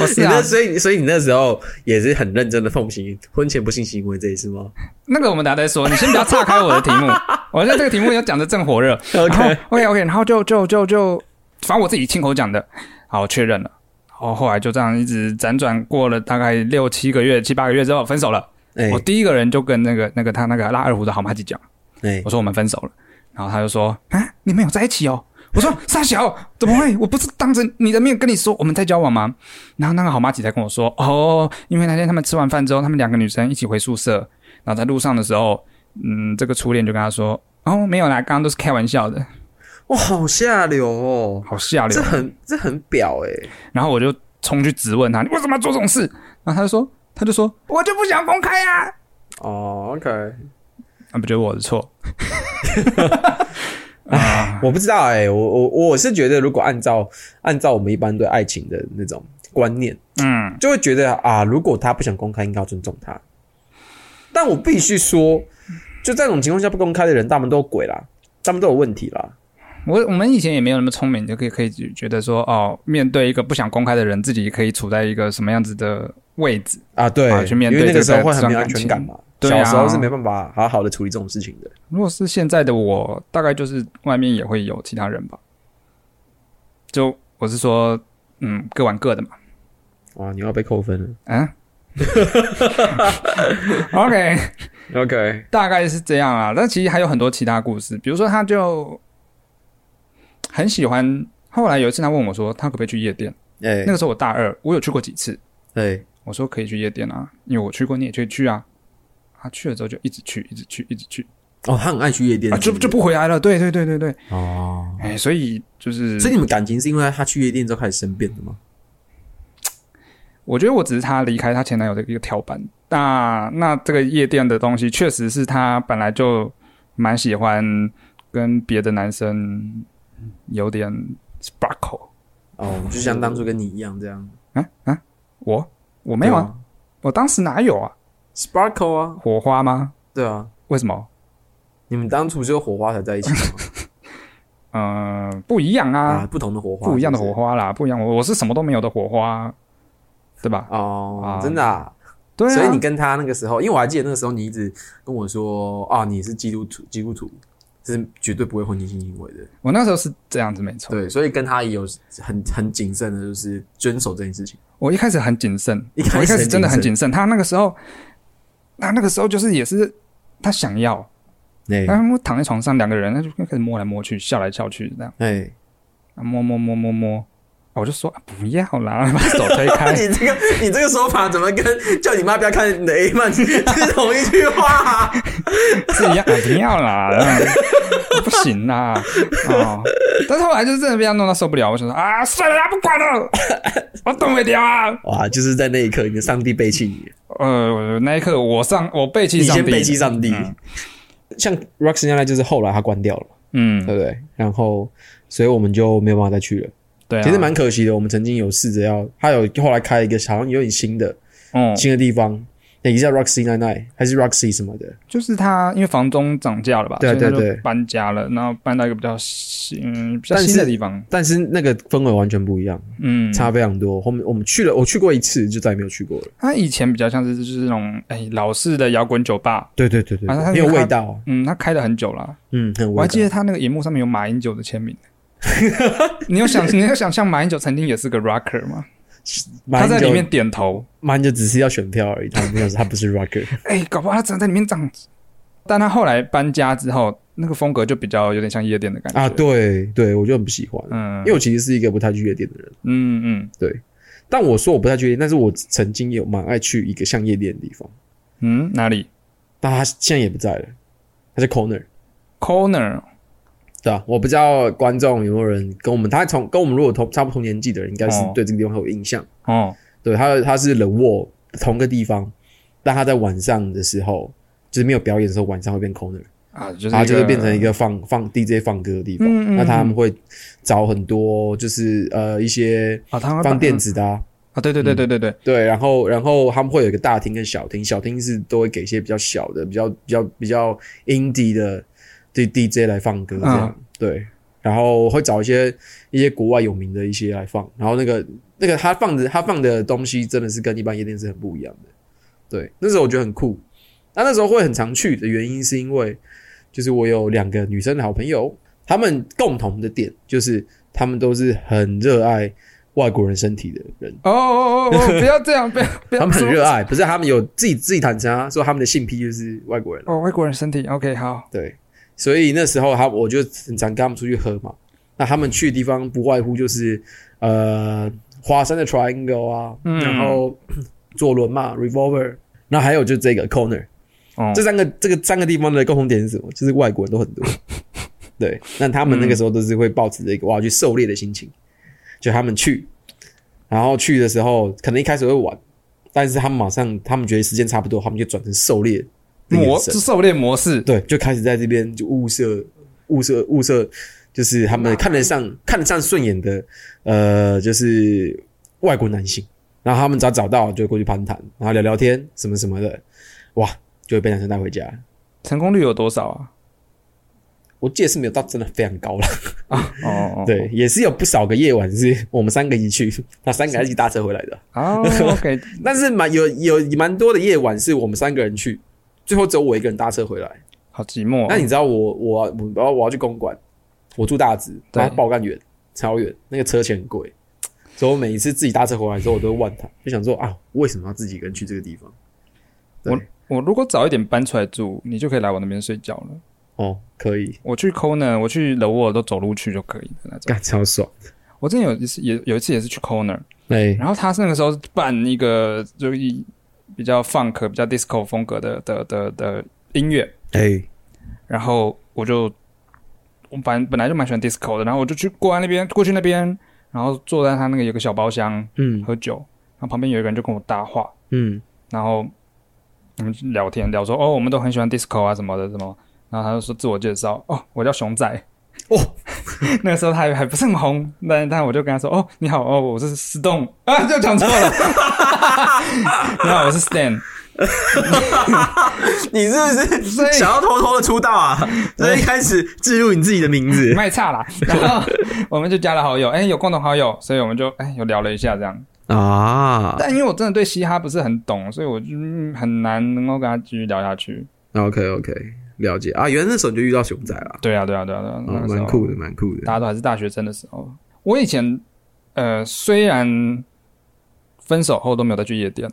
Speaker 1: 我是
Speaker 2: 你
Speaker 1: 啊
Speaker 2: 那，所以你所以你那时候也是很认真的奉行婚前不性行为这一次吗
Speaker 1: 那个我们等下再说，你先不要岔开我的题目，我现在这个题目要讲的正火热。
Speaker 2: ？OK，
Speaker 1: OK OK，然后就就就就，反正我自己亲口讲的，好确认了。然后后来就这样一直辗转过了大概六七个月、七八个月之后分手了。
Speaker 2: 哎
Speaker 1: 我第一个人就跟那个那个他那个拉二胡的好妈吉讲，
Speaker 2: 哎
Speaker 1: 我说我们分手了，然后他就说啊，你们有在一起哦。我说傻小，怎么会？我不是当着你的面跟你说我们在交往吗？然后那个好妈吉才跟我说，哦，因为那天他们吃完饭之后，他们两个女生一起回宿舍，然后在路上的时候，嗯，这个初恋就跟他说，哦，没有啦，刚刚都是开玩笑的，
Speaker 2: 哇，好下流哦，
Speaker 1: 好下流
Speaker 2: 这。很这很表哎，
Speaker 1: 然后我就冲去质问他，你为什么要做这种事？然后他就说，他就说，我就不想公开啊，
Speaker 2: 哦，OK，
Speaker 1: 啊，不觉得我的错，
Speaker 2: 我不知道哎，我我我是觉得如果按照按照我们一般对爱情的那种观念，
Speaker 1: 嗯，
Speaker 2: 就会觉得啊，如果他不想公开，应该要尊重他。但我必须说，就在这种情况下不公开的人，他们都有鬼啦，他们都有问题啦。
Speaker 1: 我我们以前也没有那么聪明，就可以可以觉得说，哦，面对一个不想公开的人，自己可以处在一个什么样子的位置，
Speaker 2: 啊，对，
Speaker 1: 啊去面对
Speaker 2: 因为那个
Speaker 1: 这
Speaker 2: 时候
Speaker 1: 个
Speaker 2: 会很没有
Speaker 1: 这段
Speaker 2: 安全感
Speaker 1: 感情
Speaker 2: 嘛。
Speaker 1: 对
Speaker 2: 小
Speaker 1: 啊
Speaker 2: 时候是没办法好好的处理这种事情的。
Speaker 1: 如果是现在的我，大概就是外面也会有其他人吧。就我是说，嗯，各玩各的嘛。
Speaker 2: 哇，你要被扣分了。
Speaker 1: 嗯 ，OK，
Speaker 2: OK，
Speaker 1: 大概是这样啊。但其实还有很多其他故事，比如说他就很喜欢。后来有一次他问我说，他可不可以去夜店？
Speaker 2: 哎
Speaker 1: 那个时候我大二，我有去过几次。
Speaker 2: 哎，
Speaker 1: 我说可以去夜店啊，因为我去过，你也可以去啊。他去了之后就一直去，一直去，一直去
Speaker 2: 哦，他很爱去夜店
Speaker 1: 啊，就就不回来了。对对对对对，
Speaker 2: 哦。
Speaker 1: 哎，所以就是，
Speaker 2: 所以你们感情是因为他去夜店之后开始生变的吗？
Speaker 1: 我觉得我只是她离开她前男友的一个跳板。那那这个夜店的东西，确实是她本来就蛮喜欢跟别的男生有点 sparkle。
Speaker 2: 哦，就像当初跟你一样这样。
Speaker 1: 啊啊，我我没有啊，我当时哪有啊？
Speaker 2: 对啊，Sparkle 啊，
Speaker 1: 火花吗？
Speaker 2: 对啊，
Speaker 1: 为什么？
Speaker 2: 你们当初就火花才在一起吗
Speaker 1: 嗯、不一样
Speaker 2: 啊，
Speaker 1: 啊，
Speaker 2: 不同的火花，
Speaker 1: 不一样的
Speaker 2: 是
Speaker 1: 火
Speaker 2: 不是
Speaker 1: 花啦，不一样。我我是什么都没有的火花，对吧？
Speaker 2: 哦
Speaker 1: 啊，
Speaker 2: 真的啊。
Speaker 1: 对啊，
Speaker 2: 所以哦你跟他那个时候，因为我还记得那个时候你一直跟我说啊，你是基督徒，基督徒。是绝对不会婚前性行为的。
Speaker 1: 我那时候是这样子，没错。
Speaker 2: 对，所以跟他也有很很谨慎的，就是遵守这件事情。
Speaker 1: 我一开始很谨慎，
Speaker 2: 一开始
Speaker 1: 我一开始
Speaker 2: 很
Speaker 1: 真的很
Speaker 2: 谨
Speaker 1: 谨慎。他那个时候，他那个时候就是也是他想要，
Speaker 2: 哎
Speaker 1: 然后躺在床上两个人，他就开始摸来摸去，笑来笑去这样，啊
Speaker 2: 哎，
Speaker 1: 摸摸摸摸摸，啊我就说、啊不要啦，把手推
Speaker 2: 那
Speaker 1: 开。
Speaker 2: 你这个你这个说法怎么跟叫你妈不要看你的 A 漫 是同一句话、啊
Speaker 1: 是一样，啊、不要啦，嗯不行啦，哦，但是后来就是真的被他弄到受不了，我想说啊，算了啦，不管了，我动不了啊。
Speaker 2: 哇，就是在那一刻，你的上帝背弃你，
Speaker 1: 呃，我那一刻我上我背弃
Speaker 2: 你
Speaker 1: 上
Speaker 2: 先
Speaker 1: 帝，
Speaker 2: 背弃上帝。
Speaker 1: 嗯
Speaker 2: 像 Roxy 那就是后来他关掉了，对
Speaker 1: 嗯，
Speaker 2: 不对？然后，所以我们就没有办法再去了。
Speaker 1: 对、啊，
Speaker 2: 其实蛮可惜的，我们曾经有试着要，他有后来开一个好像有点新的
Speaker 1: 嗯，
Speaker 2: 新的地方，也叫 Roxy Nine Nine 还是 Roxy 什么的，
Speaker 1: 就是他因为房东涨价了吧，
Speaker 2: 对啊
Speaker 1: 所以他
Speaker 2: 对啊对啊
Speaker 1: 就搬家了，然后搬到一个比较新、比较
Speaker 2: 但是
Speaker 1: 新的地方，
Speaker 2: 但是那个氛围完全不一样，
Speaker 1: 嗯，
Speaker 2: 差非常多。后面我们去了，我去过一次，就再也没有去过了。
Speaker 1: 他以前比较像是就是那种哎、老式的摇滚酒吧，
Speaker 2: 对对对对，
Speaker 1: 啊
Speaker 2: 对
Speaker 1: 它
Speaker 2: 很
Speaker 1: 是
Speaker 2: 有味
Speaker 1: 咖
Speaker 2: 道，
Speaker 1: 嗯，他开了很久了，
Speaker 2: 嗯，很有
Speaker 1: 我
Speaker 2: 味
Speaker 1: 还
Speaker 2: 道
Speaker 1: 记。得他那个荧幕上面有马英九的签 名。你有想，你有想象马英九曾经也是个 rocker 吗？
Speaker 2: 马
Speaker 1: 他
Speaker 2: 英
Speaker 1: 在
Speaker 2: 九
Speaker 1: 里面，点头，
Speaker 2: 马英九只是要选票而已，他没有，他不是 rocker。
Speaker 1: 哎、搞不好他真的在里面长。但他后来搬家之后，那个风格就比较有点像夜店的感觉
Speaker 2: 啊，，对对，我就很不喜欢，
Speaker 1: 嗯，
Speaker 2: 因为我其实是一个不太去夜店的人。
Speaker 1: 嗯嗯
Speaker 2: 但我说我不太去夜店，但是我曾经有蛮爱去一个像夜店的地方，
Speaker 1: 嗯，哪里
Speaker 2: 但他现在也不在了，他是 Corner。
Speaker 1: corner
Speaker 2: 对啊，我不知道观众有没有人跟我们，他从跟我们如果同差不多同年纪的人，应该是
Speaker 1: 哦
Speaker 2: 对这个地方有印象。
Speaker 1: 哦，
Speaker 2: 对他，他是 The Wall 同个地方，但他在晚上的时候，就是没有表演的时候，晚上会变 corner，
Speaker 1: 啊，就是
Speaker 2: 然后就
Speaker 1: 一
Speaker 2: 会
Speaker 1: 个
Speaker 2: 变成一个放放 DJ 放歌的地方。
Speaker 1: 嗯嗯
Speaker 2: 那他们会找很多就是呃一些
Speaker 1: 啊，他会把
Speaker 2: 放电子的、啊，
Speaker 1: 啊，对对对对对对，
Speaker 2: 对，然后然后他们会有一个大厅跟小厅，小厅是都会给一些比较小的、比较比较比较 indie 的 D DJ 来放歌这样，对，然后会找一些一些国外有名的一些来放，然后那个那个他放的他放的东西真的是跟一般夜店是很不一样的，对，那时候我觉得很酷，那那时候会很常去的原因是因为就是我有两个女生的好朋友，她们共同的点就是她们都是很热爱外国人身体的人。
Speaker 1: 哦哦哦哦，不要这样，不要不要，
Speaker 2: 他们很热啊爱，不是他们有自己自己坦诚啊，说他们的性癖就是外国人，啊
Speaker 1: 哦，外国人身体，OK，好，
Speaker 2: 对，所以那时候他我就很常跟他们出去喝嘛，那他们去的地方不外乎就是呃华山的 Triangle 啊，
Speaker 1: 嗯
Speaker 2: 然后 左轮嘛 Revolver，那还有就这个 Corner，
Speaker 1: 哦
Speaker 2: 这，三个这个三个地方的共同点是什么？就是外国人都很多，对，那他们那个时候都是会抱持着一个我要去狩猎的心情，就他们去，然后去的时候可能一开始会玩，但是他们马上他们觉得时间差不多，他们就转成狩猎的眼
Speaker 1: 模
Speaker 2: 神
Speaker 1: 是狩猎模式，
Speaker 2: 对，就开始在这边就物色物色物色，就是他们看得上看得上顺眼的呃，就是外国男性，然后他们只要找到就会过去攀谈，然后聊聊天什么什么的，哇，就会被男生带回家。
Speaker 1: 成功率有多少啊？
Speaker 2: 我记得是没有到真的非常高了，
Speaker 1: 哦哦，哦
Speaker 2: 对，也是有不少个夜晚是我们三个一起去，那三个还一起搭车回来的。
Speaker 1: 哦，OK，
Speaker 2: 但是蛮有有蛮多的夜晚是我们三个人去，最后只有我一个人搭车回来。
Speaker 1: 好寂寞哦，
Speaker 2: 那你知道我我我我要我要去公馆，我住大直，
Speaker 1: 对
Speaker 2: 然后爆干远，超远，那个车钱很贵，所以我每一次自己搭车回来之后，我都会问他，就想说啊，为什么要自己一个人去这个地方？对
Speaker 1: 我如果早一点搬出来住，你就可以来我那边睡觉了。
Speaker 2: 哦，可以，
Speaker 1: 我去 Corner，我去 The Wall 都走路去就可以的那种。
Speaker 2: 干超爽，
Speaker 1: 我之前有一次也有一次也是去 Corner，
Speaker 2: 哎
Speaker 1: 然后他是那个时候办一个就一比较 funk、比较 disco 风格的的的的音乐，
Speaker 2: 哎，
Speaker 1: 然后我就我本本来就蛮喜欢 disco 的，然后我就去过来那边过去那边，然后坐在他那个有个小包厢
Speaker 2: 嗯
Speaker 1: 喝酒，然后旁边有一个人就跟我搭话，
Speaker 2: 嗯，
Speaker 1: 然后我们聊天聊说哦，我们都很喜欢 disco 啊什么的什么，然后他就说自我介绍哦，我叫熊仔。
Speaker 2: 哦，
Speaker 1: 那个时候他还还不是很红，但但我就跟他说：“哦，你好，哦，我是石栋啊，就讲错了。 你好，我是 Stan。
Speaker 2: 你是不
Speaker 1: 所以
Speaker 2: 要偷偷的出道 啊？所以一开始置入你自己的名 字，
Speaker 1: 卖差啦。然后我们就加了好友，哎、有共同好友，所以我们就哎、有聊了一下这样。
Speaker 2: 啊
Speaker 1: 但因为我真的对嘻哈不是很懂，所以我就、嗯很难能够跟他继续聊下去。
Speaker 2: ，OK OK，了解啊，原来那时候你就遇到熊仔了，
Speaker 1: 对啊，对啊，对啊，对啊，那
Speaker 2: 哦
Speaker 1: 个时
Speaker 2: 蛮
Speaker 1: 候
Speaker 2: 酷的，蛮酷
Speaker 1: 大
Speaker 2: 的。
Speaker 1: 家都还是大学生的时候，我以前呃虽然分手后都没有再去夜店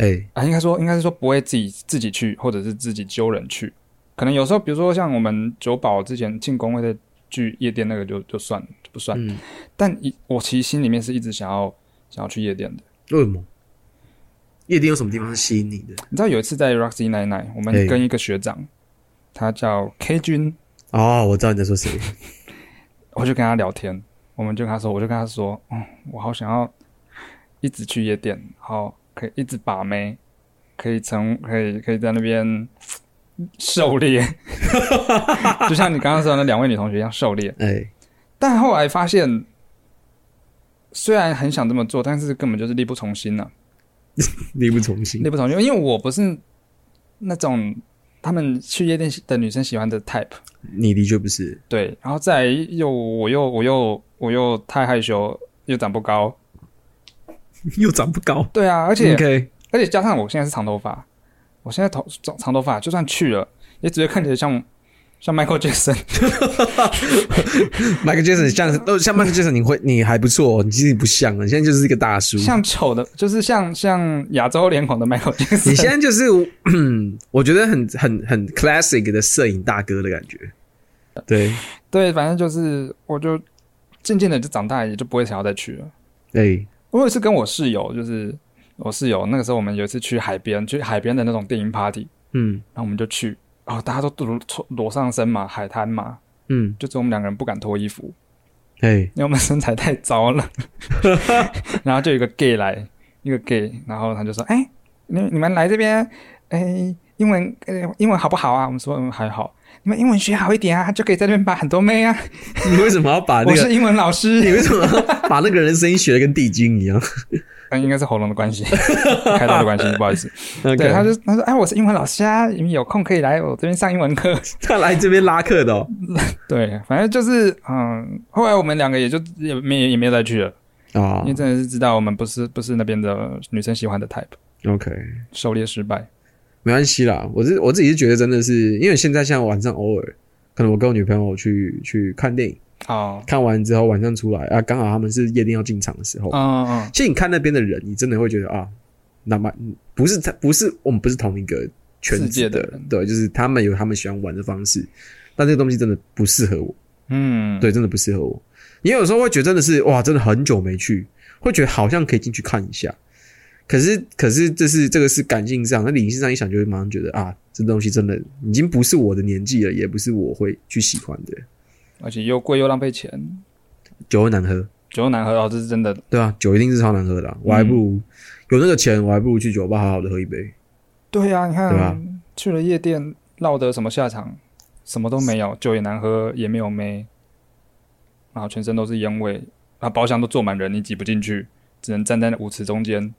Speaker 2: 哎，
Speaker 1: 啊，应该说应该是说不会自己自己去，或者是自己揪人去。可能有时候，比如说像我们酒保之前进工会的去夜店那个就就算了，就不算。
Speaker 2: 嗯，
Speaker 1: 但一我其实心里面是一直想要想要去夜店的。
Speaker 2: 为什么？夜店有什么地方是吸引你的？
Speaker 1: 你知道有一次在 Roxy Nine Nine，我
Speaker 2: 嘿
Speaker 1: 们跟一个学长，他叫 K 君，
Speaker 2: 哦，我知道你在说谁。
Speaker 1: 我就跟他聊天，我们就跟他说，我就跟他说，嗯，我好想要一直去夜店，好，可以一直把妹，可以成，可以可以在那边狩猎， 就像你刚刚说的那两位女同学一样狩猎。
Speaker 2: 哎，
Speaker 1: 但后来发现，虽然很想这么做，但是根本就是力不从心啊了、
Speaker 2: 力不从心
Speaker 1: 力。不从心，因为我不是那种他们去夜店的女生喜欢的 type。
Speaker 2: 你的确不是，
Speaker 1: 对，然后再来又我又我又我又太害羞，又长不高。
Speaker 2: 又长不高。
Speaker 1: 对啊，而且、
Speaker 2: OK，
Speaker 1: 而且加上我现在是长头发，我现在头长长头发，就算去了，也只会看起来像像 Michael Jackson。
Speaker 2: Michael Jackson 像都像 Michael Jackson，你会你还不错哦，你其实不像了，你现在就是一个大叔。
Speaker 1: 像丑的，就是像像亚洲脸孔的 Michael
Speaker 2: 你
Speaker 1: Jackson。
Speaker 2: 现在就是， 嗯我觉得很很很 classic 的摄影大哥的感觉。对，
Speaker 1: 对，反正就是我就渐渐的就长大，也就不会想要再去了。
Speaker 2: 哎，
Speaker 1: 我有一次跟我室友，就是我室友那个时候，我们有一次去海边，去海边的那种电影 party，
Speaker 2: 嗯
Speaker 1: 然后我们就去，哦，大家都裸裸上身嘛，海滩嘛，
Speaker 2: 嗯，
Speaker 1: 就只有我们两个人不敢脱衣服，
Speaker 2: 哎，
Speaker 1: 因为我们身材太糟了。 然后就有一个 gay 来，一个 gay，然后他就说：“哎、你你们来这边，哎、英文、呃英文好不好啊？”我们说：“嗯，还好。”你们英文学好一点啊，就可以在这边把很多妹啊。
Speaker 2: 你为什么要把那
Speaker 1: 我
Speaker 2: 个？
Speaker 1: 是英文老
Speaker 2: 你
Speaker 1: 师，
Speaker 2: 为什么要把那个人声音学的跟地精一样？
Speaker 1: 嗯，应该是喉咙的关系， 开刀的关系，不好意思。对，他
Speaker 2: OK
Speaker 1: 就他说：“哎，我是英文老师啊，你们有空可以来我这边上英文课。”
Speaker 2: 他来这边拉客的、哦。
Speaker 1: 对，反正就是嗯，后来我们两个也就也没也没有再去了，
Speaker 2: 啊
Speaker 1: 因为真的是知道我们不是不是那边的女生喜欢的 type，
Speaker 2: ，OK，
Speaker 1: 狩猎失败。
Speaker 2: 没关系啦。我是我自己是觉得真的是，因为现在像晚上偶尔，可能我跟我女朋友去去看电影，
Speaker 1: 哦，
Speaker 2: 看完之后晚上出来啊，刚好他们是夜店要进场的时候。
Speaker 1: 嗯嗯
Speaker 2: 其实你看那边的人，你真的会觉得啊，那么不是他不是我们不是同一个圈
Speaker 1: 世界
Speaker 2: 子
Speaker 1: 的
Speaker 2: 的
Speaker 1: 人，
Speaker 2: 对，就是他们有他们喜欢玩的方式，但这个东西真的不适合我。
Speaker 1: 嗯，
Speaker 2: 对，真的不适合我。也有时候会觉得真的是哇，真的很久没去，会觉得好像可以进去看一下。可是，可是这是这个是感性上，那理性上一想就会马上觉得啊，这东西真的已经不是我的年纪了，也不是我会去喜欢的。
Speaker 1: 而且又贵又浪费钱，
Speaker 2: 酒很难喝，
Speaker 1: 酒又难喝哦，这是真的。
Speaker 2: 对啊，酒一定是超难喝的啊、我还不
Speaker 1: 嗯
Speaker 2: 如、有那个钱，我还不如去酒吧好好的喝一杯。
Speaker 1: 对呀、你看、
Speaker 2: 对啊
Speaker 1: 去了夜店，落得什么下场？什么都没有，酒也难喝，也没有妹，然后全身都是烟味，啊，包厢都坐满人，你挤不进去，只能站在那舞池中间。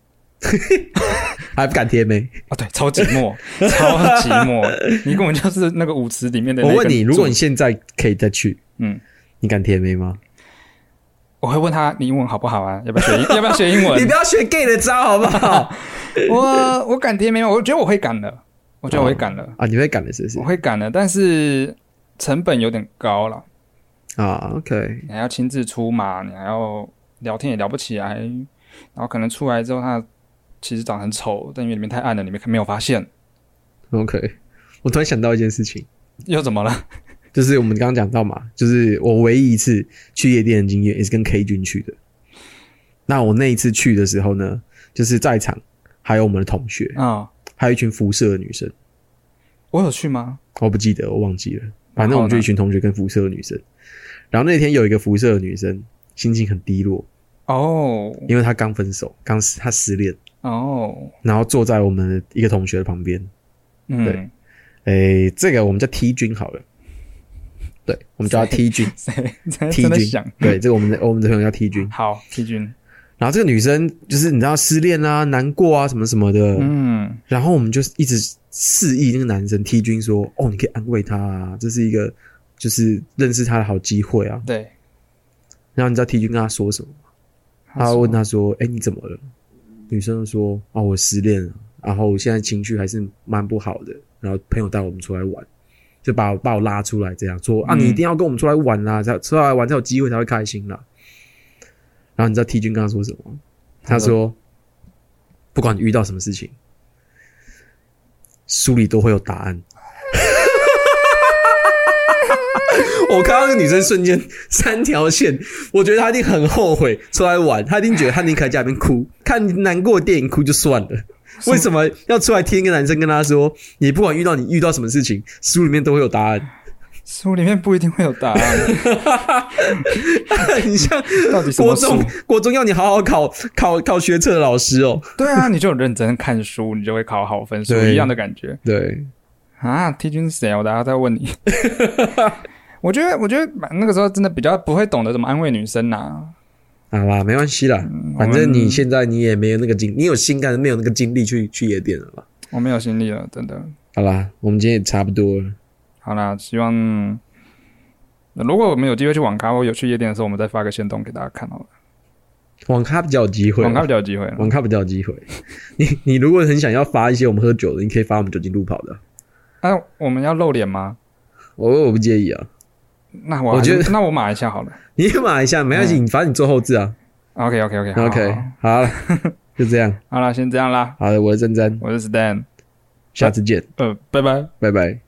Speaker 2: 还不敢贴妹。
Speaker 1: 啊，对，超寂 寞，超寂寞，你根本就是那个舞池里面的。
Speaker 2: 我问你，如果你，现在可以再去，
Speaker 1: 嗯，
Speaker 2: 你敢贴妹吗？
Speaker 1: 我会问他你英文好不好啊？要不要学英？ 要不要学英文
Speaker 2: 你不？要学 gay 的招好不好？
Speaker 1: 我我敢贴没有，我觉得我会敢的，我觉得我会敢的，
Speaker 2: 啊，你会敢的，是不是
Speaker 1: 我？会敢的，但是成本有点高了，
Speaker 2: 啊，OK，
Speaker 1: 你还要亲自出马，你还要聊天也聊不起来，然后可能出来之后他其实长得很丑，但因为里面太暗了，你们没有发现，
Speaker 2: OK，我突然想到一件事情，
Speaker 1: 又怎么了？
Speaker 2: 就是我们刚刚讲到嘛，就是我唯一一次去夜店的经验也是跟 K 君去的。那我那一次去的时候呢，就是在场还有我们的同学，
Speaker 1: 啊、
Speaker 2: 还有一群辐射的女生，
Speaker 1: 我有去吗？
Speaker 2: 我不记得，我忘记了。反正我们
Speaker 1: 然后
Speaker 2: 就
Speaker 1: 呢
Speaker 2: 一群同学跟辐射的女生。然后那天有一个辐射的女生心情很低落，
Speaker 1: 哦
Speaker 2: 因为她刚分手，刚失她失恋，
Speaker 1: 哦，
Speaker 2: 然后坐在我们一个同学的旁边。
Speaker 1: 嗯
Speaker 2: 对，诶，这个我们叫 T 君好了，对，我们叫他 T 君。
Speaker 1: 谁在
Speaker 2: T
Speaker 1: 真的
Speaker 2: 君
Speaker 1: 想，
Speaker 2: 对，这个我们的我们的朋友叫 T 君。
Speaker 1: 好 T 君，
Speaker 2: 然后这个女生就是你知道失恋啊、难过啊什么什么的，
Speaker 1: 嗯
Speaker 2: 然后我们就一直示意那个男生 T 君说：“哦，你可以安慰他啊，这是一个就是认识他的好机会啊。
Speaker 1: 对，”
Speaker 2: 然后你知道 T 君跟他说什么吗？他问他说：“哎，你怎么了？”女生就说：“哦，我失恋了，然后我现在情绪还是蛮不好的，然后朋友带我们出来玩，就就把我把我拉出来，这样说啊，你一定要跟我们出来玩啦，才出来玩才有机会才会开心啦。然后你知道 T 君跟他说什么？他说，不管遇到什么事情，书里都会有答案。 我看到那个女生瞬间三条线，我觉得她一定很后悔出来玩，她一定觉得她宁可在家里面哭，看难过的电影哭就算了，为什么要出来听一个男生跟她说，你不管遇到你遇到什么事情，书里面都会有答案，
Speaker 1: 书里面不一定会有答案，
Speaker 2: 你像
Speaker 1: 到底什
Speaker 2: 国
Speaker 1: 么书
Speaker 2: 中？国中要你好好考考考学测的老师哦，
Speaker 1: 对啊，你就有认真看书，你就会考好分数，
Speaker 2: 对
Speaker 1: 一样的感觉
Speaker 2: 对，
Speaker 1: 啊。T 君是谁啊？我等下再问 你。我觉得，我觉得蛮那个时候真的比较不会懂得怎么安慰女生呐、
Speaker 2: 好啦，没关系啦，
Speaker 1: 嗯
Speaker 2: 反正你现在你也没有那个精，你有心但是没有那个精力去去夜店了吧？
Speaker 1: 我没有心力了，真的。
Speaker 2: 好啦，我们今天也差不多了，
Speaker 1: 好啦，希望如果我们有机会去网咖或有去夜店的时候，我们再发个线动给大家看好了。
Speaker 2: 网咖比较有机会啦，啊
Speaker 1: 网咖比较有机会了。
Speaker 2: 网咖比较有机会。 你你如果很想要发一些我们喝酒的，你可以发我们酒精路跑的，
Speaker 1: 那、啊我们要露脸吗？
Speaker 2: 我我不介意啊。
Speaker 1: 那我
Speaker 2: 我觉
Speaker 1: 得，那我码一下好了。
Speaker 2: 你也码一下，没关
Speaker 1: 嗯
Speaker 2: 系，你反正你做后置啊。
Speaker 1: OK OK OK
Speaker 2: OK，好 了，就这样。
Speaker 1: 好了，先这样啦。
Speaker 2: 好的，我是珍珍，
Speaker 1: 我是 Stan，
Speaker 2: 下次见，
Speaker 1: 呃，拜拜。
Speaker 2: 拜拜。